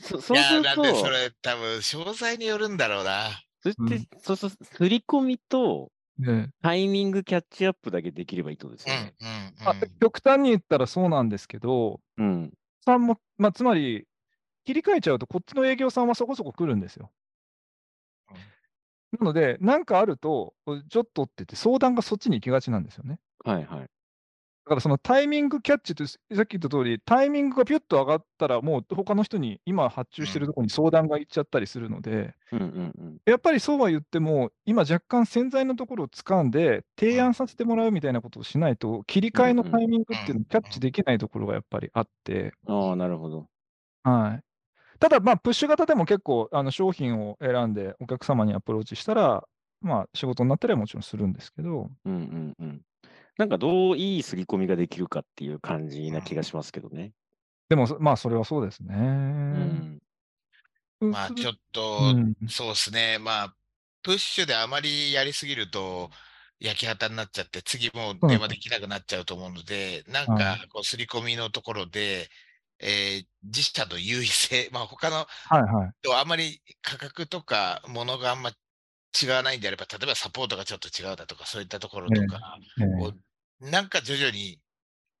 S3: そ そ
S2: いうや
S3: す
S2: ー
S3: る
S2: なん
S3: と、
S2: でそれ多分詳細によるんだろうな。
S3: それって、そうそう、振り込みと
S1: ね
S3: タイミングキャッチアップだけできればいいってことです
S2: うん
S3: よ
S2: う
S3: ね。
S2: ん
S1: まあ極端に言ったらそうなんですけど、
S3: うん。
S1: さんも、まあ、つまり、切り替えちゃうと、こっちの営業さんはそこそこ来るんですよ。なので、なんかあると、ちょっとって言って、相談がそっちに行きがちなんですよね。
S3: はいはい。
S1: だからそのタイミングキャッチと、さっき言った通り、タイミングがピュッと上がったら、もう他の人に今発注してるところに相談が行っちゃったりするので、
S3: うんうんうん。
S1: やっぱりそうは言っても、今若干潜在のところを掴んで、提案させてもらうみたいなことをしないと、切り替えのタイミングっていうのをキャッチできないところがやっぱりあって、
S3: ああ、なるほど。
S1: はい。ただ、まあ、プッシュ型でも結構、あの商品を選んでお客様にアプローチしたら、まあ、仕事になったりはもちろんするんですけど、
S3: うんうんうん。なんかどういい刷り込みができるかっていう感じな気がしますけどね。
S1: でも、そまあ、それはそうですね。
S3: うん。
S1: う
S2: まあちょっと、
S1: うん
S2: そうですね。まあ、プッシュであまりやりすぎると、焼き畑になっちゃって、次もう電話できなくなっちゃうと思うので、なん
S1: は
S2: か、こう、刷り込みのところで、えー自社の優位性、 まあ、他の
S1: はいはい。
S2: とあまり価格とか、ものがあんま違わないんであれば、例えばサポートがちょっと違うだとか、そういったところとか、
S1: ええ
S2: こうなんか徐々に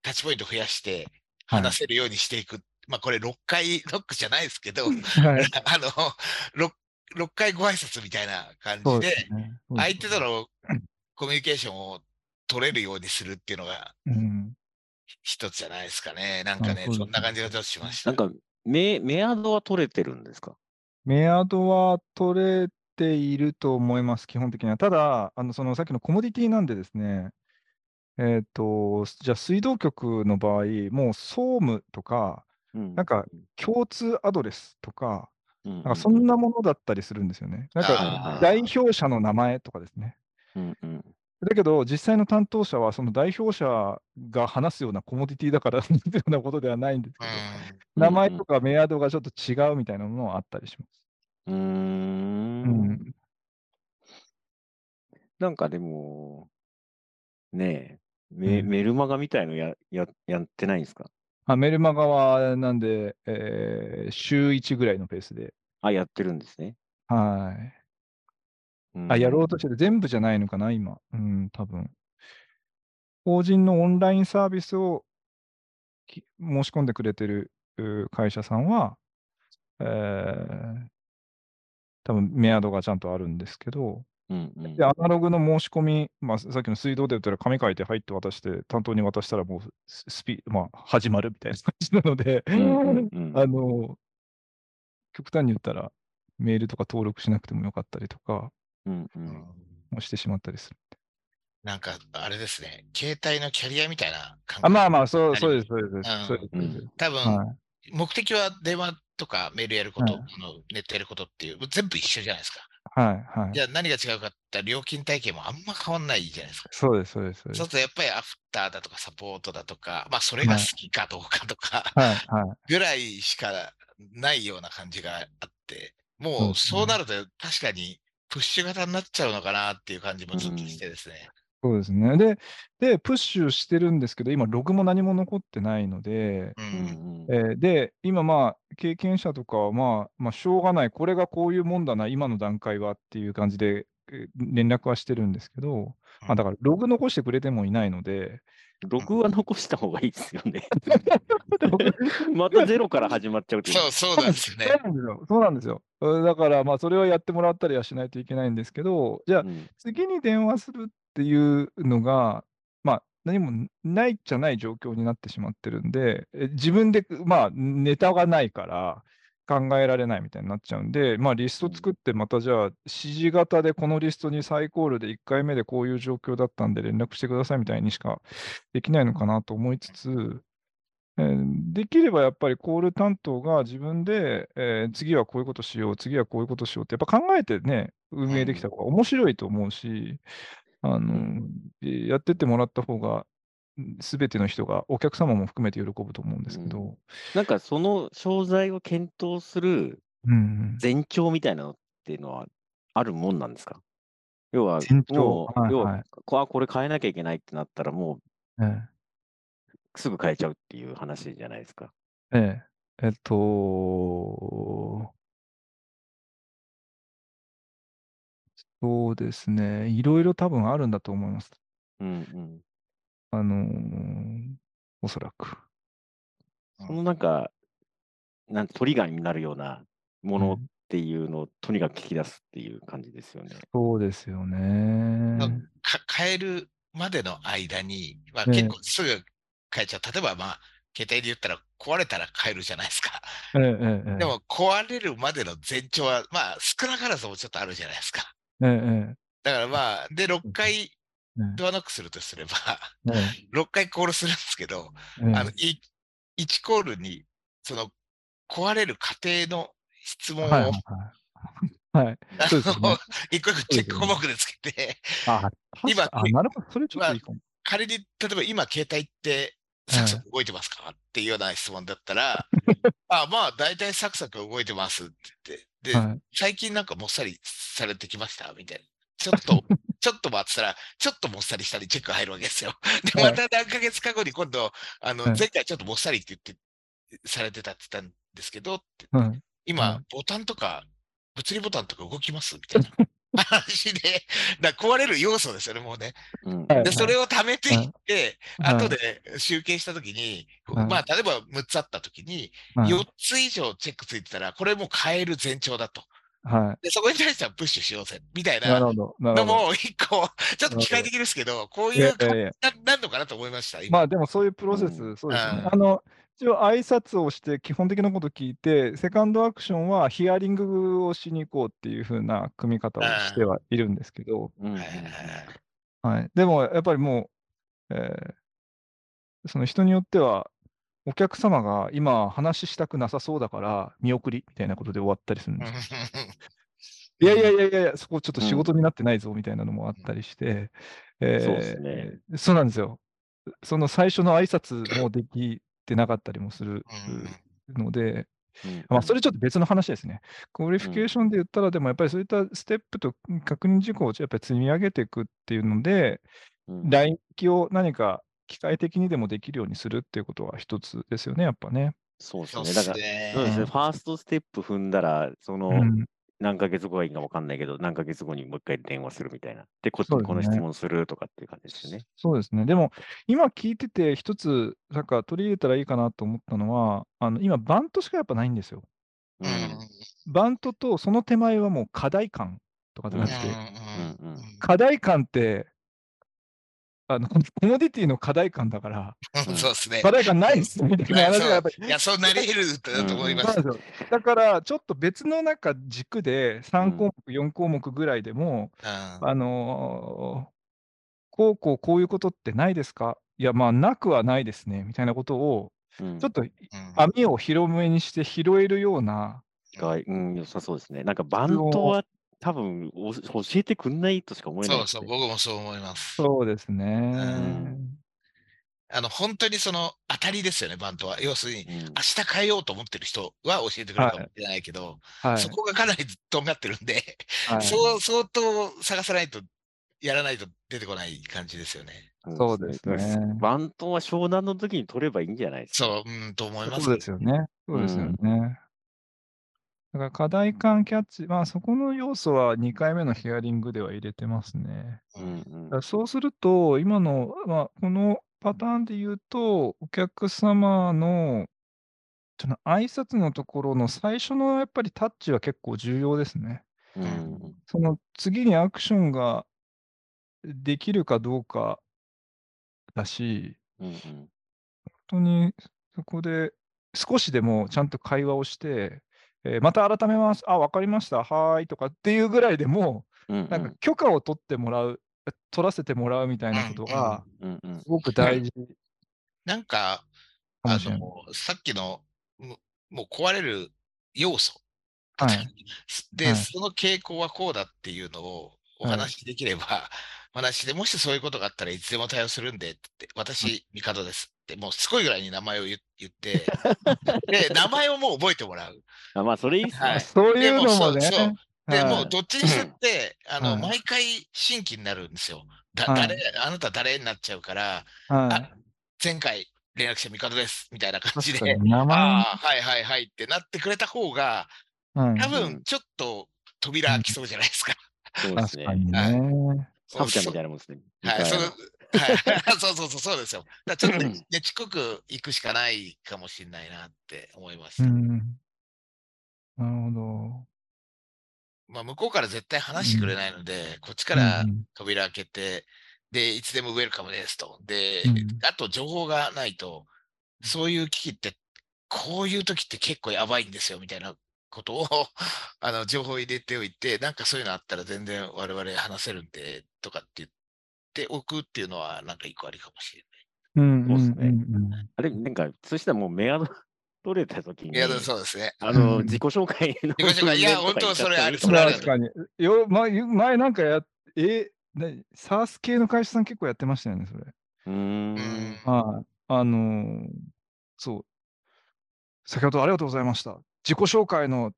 S2: タッチポイント増やして、
S1: はい
S2: 話せるようにしていく。まあ、これ6回ロックじゃないですけど、
S1: はい
S2: あの、6, 回ご挨拶みたいな感
S1: そう
S2: じで
S1: で、すね。そうです
S2: 相手とのコミュニケーションを取れるようにするっていうのが
S1: うん
S2: 一つじゃないですかね。なんか
S1: あそ
S2: ね
S1: う、です
S2: そんな感じがちょっとしまし
S3: な
S2: た。
S3: んか、メメアドは取れてるんですか
S1: メアドは取れていると思います、基本的には。ただ、あのそのさっきのコモディティなんでですね、えっ、と、じゃあ水道局の場合、もう総務とか、
S3: うん
S1: なんか共通アドレスとか、
S3: うん
S1: なんかそんなものだったりするんですよね。なんか
S2: あー
S1: 代表者の名前とかですね。
S3: うんうん
S1: だけど、実際の担当者は、その代表者が話すようなコモディティだからみたいなことではないんですけど、名前とかメアドがちょっと違うみたいなものはあったりします。
S3: うー
S1: う
S3: ん
S1: ん
S3: なんかでも、ねえ、メ,、
S1: うん
S3: メルマガみたいのやややってないんですか
S1: あメルマガはなんで、えー週1ぐらいのペースで。
S3: あ、やってるんですね。
S1: はい。あ、やろう
S3: と。
S1: としてる。全部じゃないのかな、今。うん、多分。法人のオンラインサービスをき申し込んでくれてるう会社さんは、えー、多分メアドがちゃんとあるんですけど、
S3: うんうん
S1: で、アナログの申し込み、まあ、さっきの水道で言ったら紙書いて入って渡して、担当に渡したらもうススピ、まあ、始まるみたいな感じなので、
S3: うんうんうん
S1: あの、極端に言ったら、メールとか登録しなくてもよかったりとか、
S3: うんう
S2: うんん
S1: もしてしまったりする。
S2: なんか、あれですね。携帯のキャリアみたいな感
S1: あまあまあ、
S2: あ。
S1: そう
S2: り
S1: そうです、そうです
S2: うん。
S1: そうですそうです
S2: 多分、
S1: は
S2: 目的は電話とかメールやること、
S1: はい
S2: あのネットやることっていう、全部一緒じゃないですか。
S1: い、はい、はい
S2: じ。ゃあ何が違うかって言ったら料金体系もあんま変わんないじゃないですか。
S1: そうです、そうです、そうで
S2: そう
S1: す。
S2: するとやっぱりアフターだとかサポートだとか、まあそれが好きかどうか とか、
S1: はい、はい。
S2: ぐらいしかないような感じがあって、
S1: そう
S2: もう
S1: ですね
S2: そうなると確かにプッシュ型になっちゃうのかなっていう感じもずっとしてですね。
S1: そうですね。で、で、プッシュしてるんですけど、今、ログも何も残ってないので、
S2: う
S3: うんん
S1: えーで、今、まあ、経験者とかは、まあ、まあ、しょうがない、これがこういうもんだな、今の段階はっていう感じで、えー連絡はしてるんですけど、まあ、だから、ログ残してくれてもいないので、
S3: 録は残した方がいいです よね。またゼロから始まっちゃうってこと
S2: そう、そうなんですよね
S1: そう。なんですよ。そうなんですよ。うんだから、まあ、それはやってもらったりはしないといけないんですけど、じゃあ、
S3: うん
S1: 次に電話するっていうのが、まあ、何もないじゃない状況になってしまってるんで、え自分で、まあ、ネタがないから考えられないみたいになっちゃうんで、まあ、リスト作って、またじゃあ、指示型でこのリストに再コールで1回目でこういう状況だったんで連絡してくださいみたいにしかできないのかなと思いつつ、えーできればやっぱりコール担当が自分で、えー次はこういうことしよう、次はこういうことしようって、やっぱ考えてね、運営できた方が面白いと思うし、あのえーやってってもらった方が、すべての人が、お客様も含めて喜ぶと思うんですけど、
S3: なんかその商材を検討する
S1: うんうん
S3: 前兆みたいなのっていうのはあるもんなんですか要は、
S1: 前兆
S3: もう、
S1: はい
S3: 要
S1: は
S3: はいこあこれ変えなきゃいけないってなったら、も
S1: え
S3: うすぐ変えちゃうっていう話じゃないですか。
S1: ええええっと、そうですね、いろいろ多分あるんだと思います。
S3: うん
S1: あのーおそらく。
S3: うん。そのなんか、なんてトリガーになるようなものっていうのをとにかく聞き出すっていう感じですよね。
S1: そうですよね。
S2: か変えるまでの間に、まあ、
S1: ええ
S2: 結構すぐ変えちゃう。例えば、まあ、携帯で言ったら壊れたら変えるじゃないですか。
S1: ええええ
S2: でも、壊れるまでの前兆は、まあ、少なからずもちょっとあるじゃないですか。
S1: ええ
S2: だからまあ、で、6回
S1: ええ
S2: ドアノックするとすれば、
S1: え
S2: 6回コールするんですけど、
S1: えええ
S2: あの、い1コールに、その、壊れる過程の質問を、
S1: はいはいはい。はい。
S2: あ
S1: そうですよね
S2: の、一個一個チェック項目でつけて、
S1: あ、確
S2: 今
S1: かあ、なるほど。それちょっといいかも。
S2: 仮に、例えば今携帯ってサクサク動いてますか、っていうような質問だっ たら、あまあ大体サクサク動いてますって言って、で、
S1: はい。
S2: 最近なんかもっさりされてきましたみたいな。ちょ っと、ちょっと待ってたら、ちょっともっさりしたりチェック入るわけですよ。で、
S1: は
S2: ま
S1: い
S2: た何ヶ月か後に今度、あの、
S1: はい
S2: 前回ちょっともっさりって言って、されてたって言ったんですけど、って
S1: はいは
S2: 今、ボタンとか、物理ボタンとか動きますみたい な話で、だから壊れる要素ですよね、もうね。
S3: うん
S1: はい
S2: で、それを貯めていって、
S1: はい
S2: 後で集計したときに、
S1: はい
S2: まあ、例えば6つあったときに、
S1: はい
S2: 4つ以上チェックついてたら、これもう変える前兆だと。
S1: は
S2: で、そこに対してはプッシュしようぜ、みたい
S1: い。な
S2: な
S1: るほど。なる
S2: の
S1: ほど。
S2: も、一個、ちょっと機械的ですけど、こう
S1: い
S2: い
S1: や
S2: う
S1: いやいや
S2: 感じになるのかなと思いました、今。
S1: まあでもそういうプロセス、
S3: う
S1: そうですよね
S2: う。ん
S1: あの、一応挨拶をして基本的なこと聞いて、セカンドアクションはヒアリングをしに行こうっていう風な組み方をしてはいるんですけど、
S3: うんうん
S2: はいはいはい
S1: はい、でもやっぱりもう、えーその人によっては、お客様が今話したくなさそうだから見送りみたいなことで終わったりするんですよいやいやいやいやいや、そこちょっと仕事になってないぞみたいなのもあったりして、えー
S3: そうですね
S1: そうなんですよ。その最初の挨拶もできてなかったりもする
S2: うんうん
S1: ので、
S3: うん
S1: まあ、それちょっと別の話ですね。クオリフィケーションで言ったら、でもやっぱりそういったステップと確認事項をやっぱり積み上げていくっていうので、
S3: うん
S1: 来期を何か機械的にでもできるようにするっていうことは一つですよね、やっぱね。
S3: そうです
S2: そう
S3: ね。
S2: っ
S3: だ
S2: す
S3: から、
S2: ね
S3: そうですね。ファーストステップ踏んだら、その、
S1: うん
S3: 何ヶ月後がいいか分かんないけど、何ヶ月後にもう一回電話するみたいな。で、こっち
S1: そう
S3: に
S1: です
S3: この
S1: ね
S3: 質問するとかっていう感じですよね。
S1: そうですね。でも、今聞いてて、一つ、なんか取り入れたらいいかなと思ったのは、あの今、バントしかやっぱないんですよ。
S2: うん
S1: バントと、その手前はもう課題感とかじゃなくて、
S2: うんうんうん
S1: 課題感って、あのココモディティの課題感だから、
S2: うんそうですね
S1: 課。題感ないですよみたいな話がやっぱり
S2: いや、 そうなり得るとだと思いま
S1: そう
S2: す
S1: なん。ですよだから、ちょっと別のなんか軸で3項目、4項目ぐらいでも、
S2: うん
S1: あのーこうこうこういうことってないですかいや、まあ、なくはないですね、みたいなことを、
S3: うん
S1: ちょっと
S2: うん
S1: 網を広めにして拾えるような、
S3: がうん、良さそうですね。なんか、バントは多分おし教えてくんないとしか思えない
S2: そ
S3: で
S2: う
S3: す
S2: そ
S3: ね、
S2: う、僕もそう思います。
S1: そうですね。
S2: あの、本当にその当たりですよね、バントは。要するに、
S3: うん
S2: 明日変えようと思ってる人は教えてくれるかもしれないけど、
S1: はい。
S2: そこがかなりとんがってるんで、
S1: はい
S2: そう、相当探さないと、やらないと出てこない感じですよね。
S3: うん
S1: そうですね
S3: だからバントは湘南の時に取ればいいんじゃないですか。
S2: そう、うん、と思います。
S1: そうですよね。そうですよね。だから課題感キャッチ、まあそこの要素は2回目のヒアリングでは入れてますね。
S2: う
S3: うんん
S1: だからそうすると、今の、まあ、このパターンで言うと、お客様のその挨拶のところの最初のやっぱりタッチは結構重要ですね。
S3: うん
S2: うん
S3: うん
S1: その次にアクションができるかどうかだし、
S3: うんうん
S1: 本当にそこで少しでもちゃんと会話をして、えーまた改めます、あ、わかりました、はーいとかっていうぐらいでも、
S3: うんうん
S1: なんか許可を取ってもらう、取らせてもらうみたいなことが、
S3: うんうん
S1: すごく大事
S2: なんか、
S1: か
S2: あ
S1: もしれない。
S2: の、さっきの、むもう壊れる要素。
S1: はい、
S2: で、
S1: はい
S2: その傾向はこうだっていうのをお話しできれば、 お話しでもしそういうことがあったらいつでも対応するんでって、私、味方ですって、もうしつこいぐらいに名前を言 言って、で、名前をもう覚えてもらう。
S3: あまあ、それいいっすね。
S2: はい
S1: そういうのも
S2: でもそうそう
S1: ね。
S2: で、
S1: はい
S2: もうどっちにし たって、あの、
S1: はい
S2: 毎回新規になるんですよ。だ、
S1: はい
S2: 誰、あなた誰になっちゃうから、
S1: はい
S2: あ前回連絡した味方です、みたいな感じ
S1: 確
S2: で
S1: か、に名前
S2: ああ、はいはいはいってなってくれた方
S1: はい
S2: が、多
S3: う
S2: 分
S3: ん
S2: ちょっと扉開きそうじゃないですか。
S3: そうで
S1: 確
S3: すね
S1: か。にね。
S3: サブちゃんみたいなもんですね。
S2: はい、その、はい、 そうそうそう、そうですよ。だからちょっと、
S3: うん
S2: ね、ちっこく行くしかないかもしれないなって思いまし
S1: う
S2: た。
S1: ん。なるほど。
S2: まあ、向こうから絶対話してくれないので、こっちから扉開けて、で、いつでもウェルカムですと。で、
S1: うん
S2: あと情報がないと、そういう危機って、こういう時って結構やばいんですよ、みたいなことを あの、情報入れておいて、なんかそういうのあったら全然我々話せるんで、とかって言っておくっていうのは、なんか一個ありかもしれない。
S1: うん。
S3: そう
S1: う
S3: っ
S1: ん
S3: すね
S1: うん
S3: あれ、なんか、そしたらもうメアド取れた時に、
S2: いや、でもそうですね。
S3: あの、
S1: うん
S3: 自己紹介の
S2: 自己紹介いや本当それある
S1: う
S2: そ
S1: ん。
S2: れある
S1: 確かに。よ前前なんかやっ、え、何サース系の会社さん結構やってましたよね、それ。
S3: う
S2: う
S3: ー
S2: んん。
S1: はい。あのーそう。先ほどありがとうございました。自己紹介の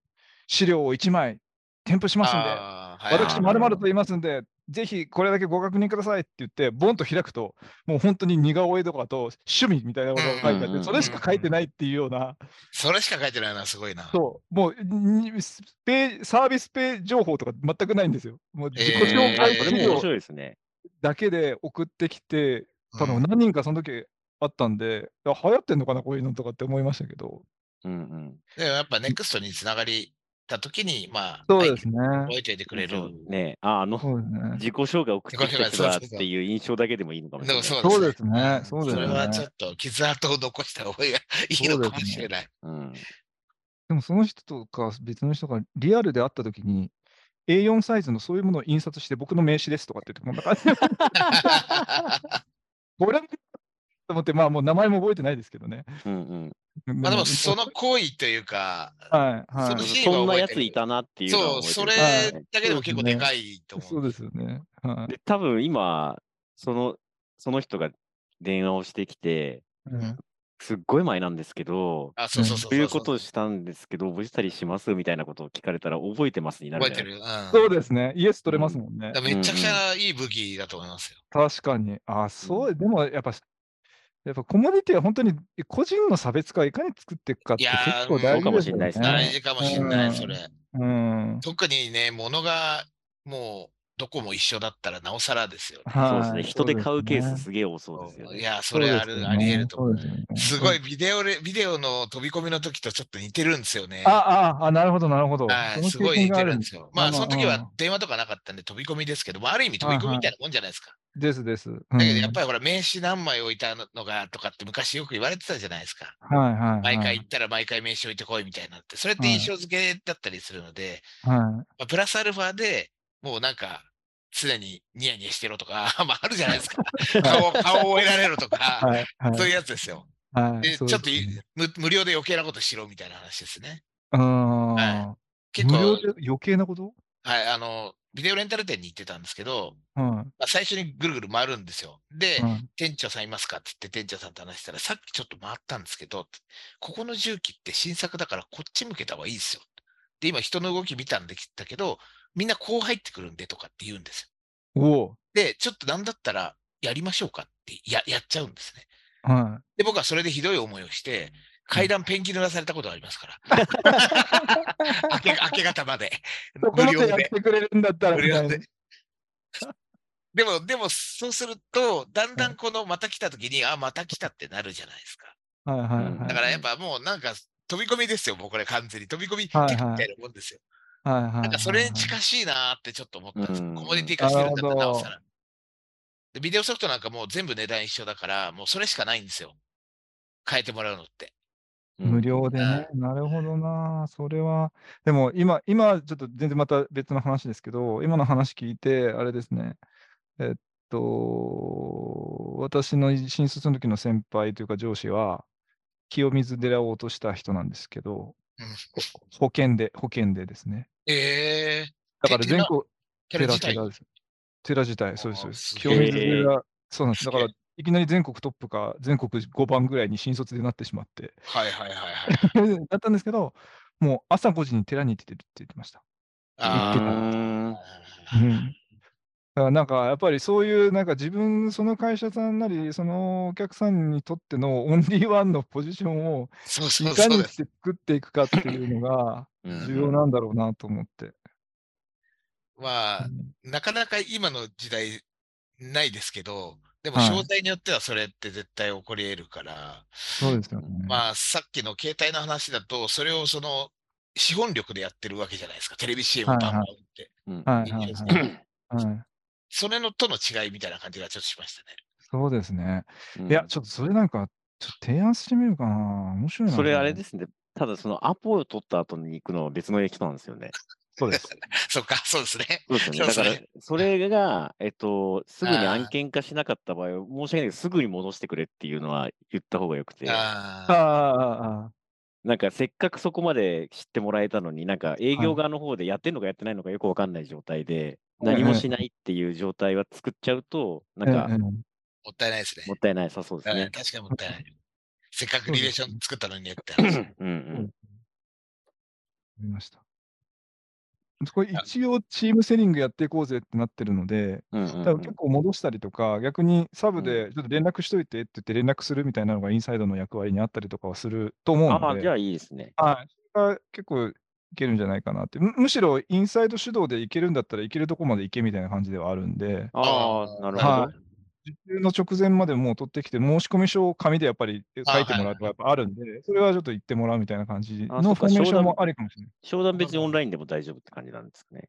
S1: 資料を1枚添付しますんで、
S2: あーはい
S1: 私、まると言いますんで、ぜひこれだけご確認くださいって言って、ボンと開くと、もう本当に似顔絵とかと趣味みたいなことが書いて
S3: うんうん
S1: あ
S3: うんう
S1: っ
S3: ん
S1: て、それしか書いてないっていうような、
S2: それしか書いてないな、すごいな。
S1: そう、もうにスページサービスページ情報とか全くないんですよ。もう自己
S2: えー
S1: 紹
S3: あ
S1: 介
S3: それ
S1: 資
S3: も面
S1: 料
S3: 白いですね。
S1: だけで送ってきて、
S2: うん
S1: 多分何人かその時あったんで、あ流行ってんのかな、こういうのとかって思いましたけど。
S3: うん
S2: でもやっぱネクストにつながりたときに、まあ、
S1: そうです
S2: 相
S1: ね。
S2: 手覚えておいてくれる。
S3: うん。ねあ、あの、
S1: そうですね。
S3: 自己紹介を送ってきた人だっていう印象だけでもいいのかもしれない。
S2: そう
S1: そうですね。そうです
S2: それはちょ
S1: ね。
S2: っと傷跡を残した方がいいのかもしれない。
S3: うん
S1: でもその人とか別の人がリアルで会った時に A4 サイズのそういうものを印刷して僕の名刺ですとかって言ってこんな感じで これと思ってまあもう名前も覚えてないですけどね。
S3: うんうん
S2: まあでも、その行為というか、
S1: はいは
S2: その
S1: い。
S2: シーンは
S3: そんな
S2: 覚え
S3: や
S2: てる
S3: ついたなっていうの
S2: そ
S3: は
S2: う、
S3: 覚
S2: そ
S3: えてる
S2: れ
S1: はい
S2: だけでも結構でかいと
S1: そ
S2: 思
S1: う
S2: う。
S1: ですよね。はい
S3: で、多分今、その、その人が電話をしてきて、
S1: うん
S3: すっごい前なんですけど、
S2: あ、そうそうそう。
S3: そういうことをしたんですけど、覚えてたりしますみたいなことを聞かれたら、覚えてますになる
S2: 覚え
S3: じゃな
S2: て
S3: いで
S2: る。うん
S1: そうですね。イエス取れますもんね
S2: だ。からめちゃくちゃいい武器だと思いますよ。
S1: 確かに。あ、そう、でもやっぱ、やっぱコモディティは本当に個人の差別化をいかに作っていくかって
S2: いやー
S1: 結構大事ですよね。
S3: そうかもしれな
S2: 大
S3: いで
S2: 事かもしれ
S1: う
S2: ない、
S1: ん
S2: それ。
S1: うん。
S2: 特にね、物がもうどこも一緒だったらなおさらですよね。
S3: すか。
S1: は
S3: そ
S1: いう
S3: ですね。人で買うケー
S1: そうで
S3: ス
S1: すね
S3: すげえ多そうですよ
S2: い
S3: ね。
S2: や、それある、あり得ると思う。
S1: 思う
S2: すごい。ビデオレ、ビデオの飛び込みの時とちょっと似てるんですよね。
S1: ああ、あ、なるほど、なるほど。
S2: はい
S1: その
S2: すご
S1: 経
S2: い
S1: 験
S2: 似
S1: が
S2: て
S1: あ
S2: る
S1: る
S2: ん
S1: ん
S2: で
S1: ですす
S2: よ。まあ、その時
S1: う
S2: は
S1: ん
S2: 電話とかなかったんで飛び込みですけど、まあ、ある意味飛び込みみたいなもんじゃないですか。
S1: ですです。だ
S2: だけど、やっぱ
S1: り、
S2: りほら、名刺何枚置いたのがとかって昔よく言われてたじゃないですか。
S1: はいはい。
S2: 毎回行ったら毎回名刺置いてこいみたいになって、それって印象付けだったりするので、
S1: は
S2: まあ、プラスアルファでもうなんか、常にニヤニヤしてろとか、 まあ、あるじゃないですか。 顔を、顔を得られろと
S1: い。
S2: か、
S1: はい。はい
S2: そういうやつですよ。
S1: はい。
S2: で、ちょ
S1: そ
S2: っ
S1: うです
S2: とい無無料で余計なことしろみたいな話ですね。
S1: うん。
S2: は結
S1: 無料
S2: 構、
S1: で余計なこと
S2: はい、あの、ビデオレンタル店に行ってたんですけど、
S1: は
S2: まあ、最初にぐるぐる回るんですよ。で、
S1: い。はい
S2: 店長さんいますかって言って店長さんと話したら、さっきちょっと回ったんですけど、ここの重機って新作だからこっち向けた方がいいですよ。で、今人の動き見たんできたけど、みんなこう入ってくるんでとかって言うんですよ。
S1: おう
S2: で、ちょっとなんだったらやりましょうかってややっちゃうんですね。
S1: は
S2: で、僕はそれでひどい思いをして、階段ペンキ塗らされたことがありますから。明け明け方まで。
S1: い。 そこまでやってくれるんだったら、
S2: 無
S1: みた
S2: 料
S1: いな
S2: で。 でも、でも、そうすると、だんだんこの、また来た時に、あ、また来たってなるじゃないですか。
S1: はいはいはい。
S3: だ
S2: だからやっぱもうなんか、飛び込みですよ、もうこれ完全に。飛び込みみ
S1: はい
S2: たいなもんですよ。
S1: はいはいはいはい
S2: なんかそれに近しいなーってちょっと思ったんです。
S3: うん
S2: コモディティ化してるんだったら、なおさら。でビデオソフトなんかもう全部値段一緒だから、もうそれしかないんですよ。変えてもらうのって。
S3: うん
S1: 無料でね。なるほどな。それは。でも今、今、ちょっと全然また別の話ですけど、今の話聞いて、あれですね。えっと、私の新卒の時の先輩というか上司は、清水寺を落とした人なんですけど
S2: うん、
S1: ほ保険で、保険でですね。
S2: ええ
S1: だから
S2: え寺
S1: 全国、
S2: キャラ自体
S1: 寺です。寺自体、そうですそうです。
S2: す
S1: 清
S2: げ
S3: え
S1: 水寺、そうなんです。だから
S2: す、
S1: いきなり全国トップか、全国5番ぐらいに新卒でなってしまって、
S2: はいはいはいはい。
S1: だったんですけど、もう朝5時に寺に行ってるって言ってました。
S3: あ
S2: あ
S3: ー
S2: あ。
S1: だからなんかやっぱりそういうなんか自分その会社さんなりそのお客さんにとってのオンリーワンのポジションを
S2: そう
S1: い
S2: そう
S1: か
S2: そう
S1: に
S2: です。
S1: して作っていくかっていうのが
S3: うん
S1: 重要なんだろうなと思って。
S2: まあ、なかなか今の時代ないですけど、でも、
S1: は
S2: 商
S1: い
S2: 材によってはそれって絶対起こり得るから、
S1: そうですよね。
S2: まあ、さっきの携帯の話だと、それをその、資本力でやってるわけじゃないですか。テレビ CM バンバン打って。
S3: うん
S1: はいはいはい。はい
S2: それのとの違いみたいな感じがちょっとしましたね。
S1: そうですね。
S3: う
S1: い
S3: ん
S1: や、ちょっとそれなんか、ちょっと提案してみるかな。面白いな。。
S3: それあれですすね。ただそのアポを取った後に行くのは別の駅なんですよね。
S1: そうです。
S2: そっか、そうですね。
S3: そうですよ
S2: そう
S3: ね。だ
S2: です
S3: か
S2: ね
S3: らそれが、えっと、すぐに
S2: あー
S3: 案件化しなかった場合は、申し訳ないけど、すぐに戻してくれっていうのは言った方がよくて、
S1: ああ
S2: ああ、
S1: ああ、
S3: なんかせっかくそこまで知ってもらえたのに、なんか営
S1: は
S3: 業
S1: い
S3: 側の方でやってんのかやってないのかよくわかんない状態で、
S1: はいはい
S3: 何もしないっていう状態は作っちゃうと、なんか
S1: ええええ
S2: もったいないですね。
S3: もったいないさそうです
S2: あ
S3: ね
S2: ー。確かにもったいない。せっかくリレーション作ったのにねって話。
S3: うんうん。
S1: 思いました。これ一応チームセリングやっていこうぜってなってるので、
S3: うん
S1: 多
S3: うんう
S1: 分
S3: ん
S1: 結構戻したりとか、逆にサブでちょっと連絡しといてって言って連絡するみたいなのがインサイドの役割にあったりとかはすると思う
S3: あ
S1: の
S3: あ、じ
S1: で、
S3: ゃあいいですね。
S1: はい、それが結構いけるんじゃないかなってむ、むしろインサイド主導でいけるんだったらいけるとこまでいけみたいな感じではあるんで、
S3: ああ、なるほ
S1: は
S3: ど
S1: い。受注の直前までもう取ってきて、申し込み書を紙でやっぱり書いてもらうとかやっぱあるんで、それはちょっと言ってもらうみたいな感じ
S3: あそ
S1: の
S3: っ
S1: フ
S3: か
S1: ォーメーショ
S3: 商
S1: ン
S3: 談
S1: もありかもしれない。
S3: 商談別にオンラインでも大丈夫って感じなんですかね。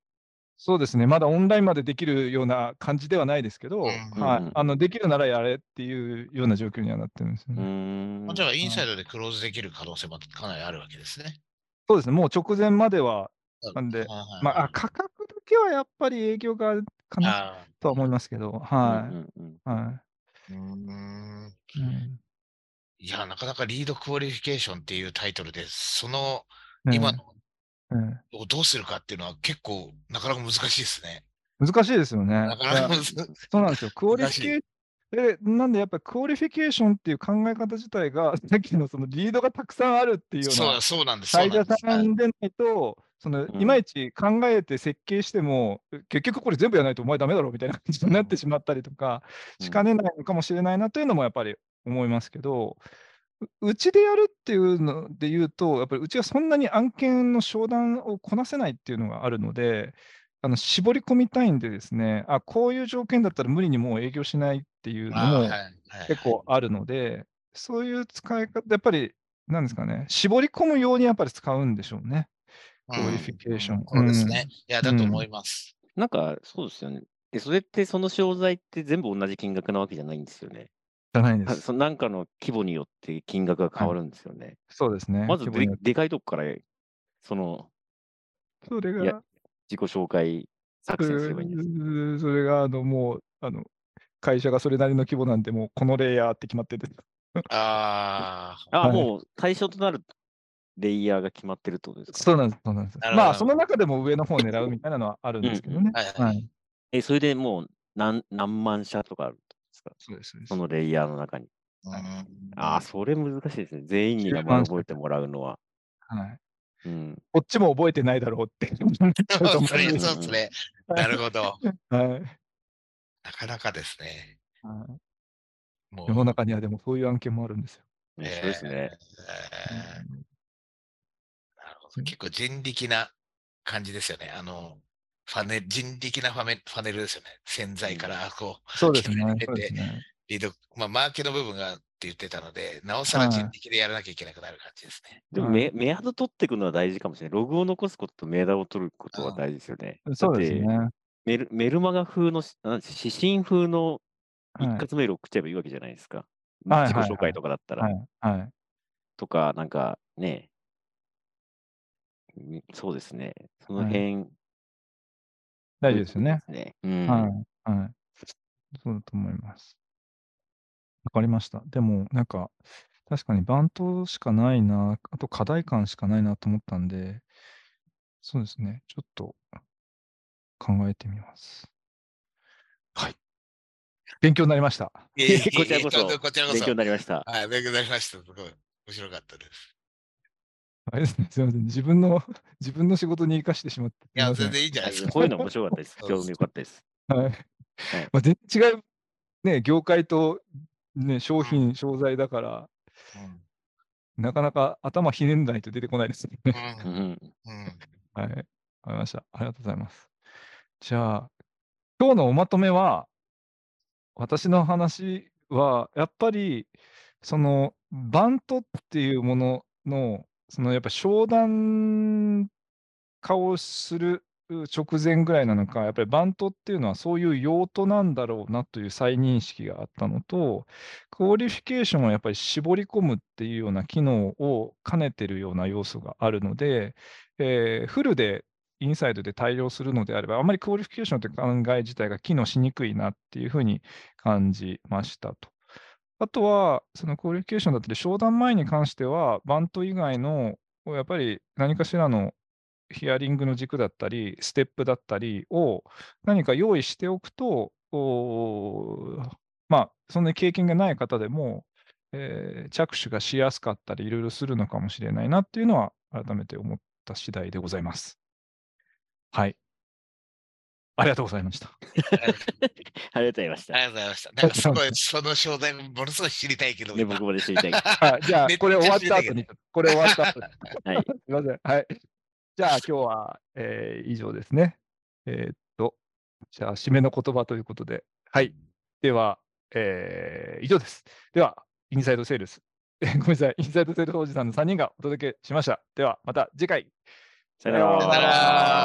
S1: そうですね、まだオンラインまでできるような感じではないですけど、
S2: うん
S1: は
S3: うん
S1: い、あのできるならやれっていうような状況にはなってるんですよ
S3: う
S1: ね。
S3: ーん。
S2: じゃあ、インサイドでクローズできる可能性もかなりあるわけですね。
S1: そうですね、もう直前までは、なんで
S2: はいはい
S1: まあ、あ価格だけはやっぱり影響があるかな
S2: ああ
S1: とは思いますけど、
S3: う
S1: は
S3: んうんうん
S1: い。は
S2: うーん
S1: いうん
S2: いや、なかなかリードクオリフィケーションっていうタイトルで、その
S1: ね
S2: 今の
S1: うん
S2: をどうするかっていうのは結構なかなか難しいですね。
S1: 難しいですよね。
S2: なかなか
S1: いや
S2: 難しい。
S1: そうなんですよ。クオリフィケーでなんでやっぱりクオリフィケーションっていう考え方自体が、さっきのそのリードがたくさんあるっていうよう
S2: そ
S1: な
S2: うそうなんです。そう
S1: 会社
S2: なんです
S1: さんでないと、その
S3: うん
S1: いまいち考えて設計しても、結局これ全部やらないとお前ダメだろみたいな感じになってしまったりとか
S3: うん
S1: しかねないのかもしれないなというのもやっぱり思いますけど、ううちでやるっていうので言うと、やっぱりうちはそんなに案件の商談をこなせないっていうのがあるので、あの絞り込みたいんでですね、あこういう条件だったら無理にもう営業しないっていうの
S2: ああ
S1: も
S2: はいはい
S1: 結構あるので、そういう使い方、やっぱり、なんですかね、絞り込むようにやっぱり使うんでしょうね。
S2: はい
S1: クオリフィケーション
S2: うんそうですね。いや、だと思います。
S3: なんか、そうですよね。で、それって、その商材って全部同じ金額なわけじゃないんですよね。
S1: じゃないで
S3: は
S1: す。
S3: そのなんかの規模によって金額が変わるんですよね。
S1: そうですね。
S3: まず
S1: 規模に
S3: で
S1: よって
S3: でかいとこから、その
S1: それ
S3: い
S1: が
S3: や、自己紹介作戦すればいいんです。
S1: うんそれが、あの、もう、あの、会社がそれなりの規模なんで、もうこのレイヤーって決まってて、
S2: ああ、
S3: あ、
S1: はい
S3: もう対象となるレイヤーが決まってるってことですか。
S1: そうなんです、そうなんです。
S2: なるほど
S1: まあ、その中でも上の方を狙うみたいなのはあるんですけどね。
S2: うんうんはいは
S1: はいい。
S3: え、それでもう何何万社とかあるんですか
S1: そうです。そうです
S3: そのレイヤーの中に。
S2: うん
S3: ああ、それ難しいですね。全員に名
S1: 10万
S3: 前覚えてもらうのは。
S1: はい。
S3: うん。
S1: こっちも覚えてないだろうって。
S2: そうです
S3: う
S2: ね。
S3: ん
S2: そうですね。なるほど。
S1: はい。
S2: なかなかですね。
S1: はい
S2: も
S1: 世の中にはでもそういう案件もあるんですよ。
S3: ねそうですね。
S2: えーなるほど。結構人力な感じですよね。あの、ファネ人力なファメファネルですよね。潜在から、こう、
S1: そうですね
S2: 決めて。
S1: そうですね
S2: リード、まあ、マーケの部分がって言ってたので、なおさら
S1: はい
S2: 人力でやらなきゃいけなくなる感じですね。
S3: でも
S1: うん
S3: メ、メアド取っていくのは大事かもしれない。ログを残すこととメアドを取ることは大事ですよね。
S1: そうです
S3: だって
S1: ね。
S3: メル。メルマガ風のしなん指針風の
S1: はい
S3: 一括メール送っちゃえばいいわけじゃないですか。
S1: はいはい
S3: 自己紹介とかだったら。
S1: はい。はい。
S3: とか、なんかね、うんそうですね。その
S1: はい
S3: 辺、
S1: 大丈夫ですよね。
S3: ね。うん。
S1: はい。はい。そうだと思います。わかりました。でも、なんか、確かにバントしかないな、あと課題感しかないなと思ったんで、そうですね。ちょっと考えてみます。はい。勉強になりました。
S2: いえいえいえ
S3: こちらこそ
S2: こちらこ
S3: 勉
S2: そ
S3: 強に。なりました。
S2: はい、勉強になりました。すごい。面白かったです。
S1: あれですね。すみません。自分の、自分の仕事に生かしてしまって。
S2: いや、
S1: すみ
S2: 全
S1: ません
S2: 然いいんじゃないですか。
S3: こういうの面白かったです。興味良かったです。
S1: はい。まあ、全然違う、ね、業界と、ね、商品、商材だから、
S2: うん
S1: なかなか頭ひねんないと出てこないですね。
S3: う
S2: うん
S3: ん。
S2: うん
S1: はい。わかりました。ありがとうございます。じゃあ、今日のおまとめは、私の話は、やっぱり、その、バントっていうものの、その、やっぱ商談化をする直前ぐらいなのか、やっぱりバントっていうのはそういう用途なんだろうなという再認識があったのと、クオリフィケーションをやっぱり絞り込むっていうような機能を兼ねてるような要素があるので、えーフルでインサイドで対応するのであれば、あまりクオリフィケーションという考え自体が機能しにくいなっていうふうに感じましたと。あとは、そのクオリフィケーションだったり、商談前に関しては、バント以外の、やっぱり何かしらのヒアリングの軸だったり、ステップだったりを何か用意しておくと、おーまあ、そんなに経験がない方でも、えー着手がしやすかったり、いろいろするのかもしれないなっていうのは、改めて思っった次第でございます。はい。ありがとうございました。
S3: ありがとうございまし
S2: ありがと
S3: た。
S2: うございました。なんかすごい、その商材ものすごい知りたいけど、
S3: ね、
S2: 今
S3: 僕まで知りたいけど。
S1: はい、じゃあ
S2: めっ、ちゃ
S1: これ終わっ
S2: 知り
S1: た
S2: たいけ
S1: 後
S2: ど
S1: に、これ終わった後 に。
S3: はい。
S1: すいません。はい。じゃあ、今日は、えー以上ですね。えーっと、じゃあ、締めの言葉ということで。はい。では、えー以上です。では、インサイドセールス。 えーごめんなさい。インサイドセールスおじさんの3人がお届けしました。では、また次回。
S3: さよなら
S2: さよなら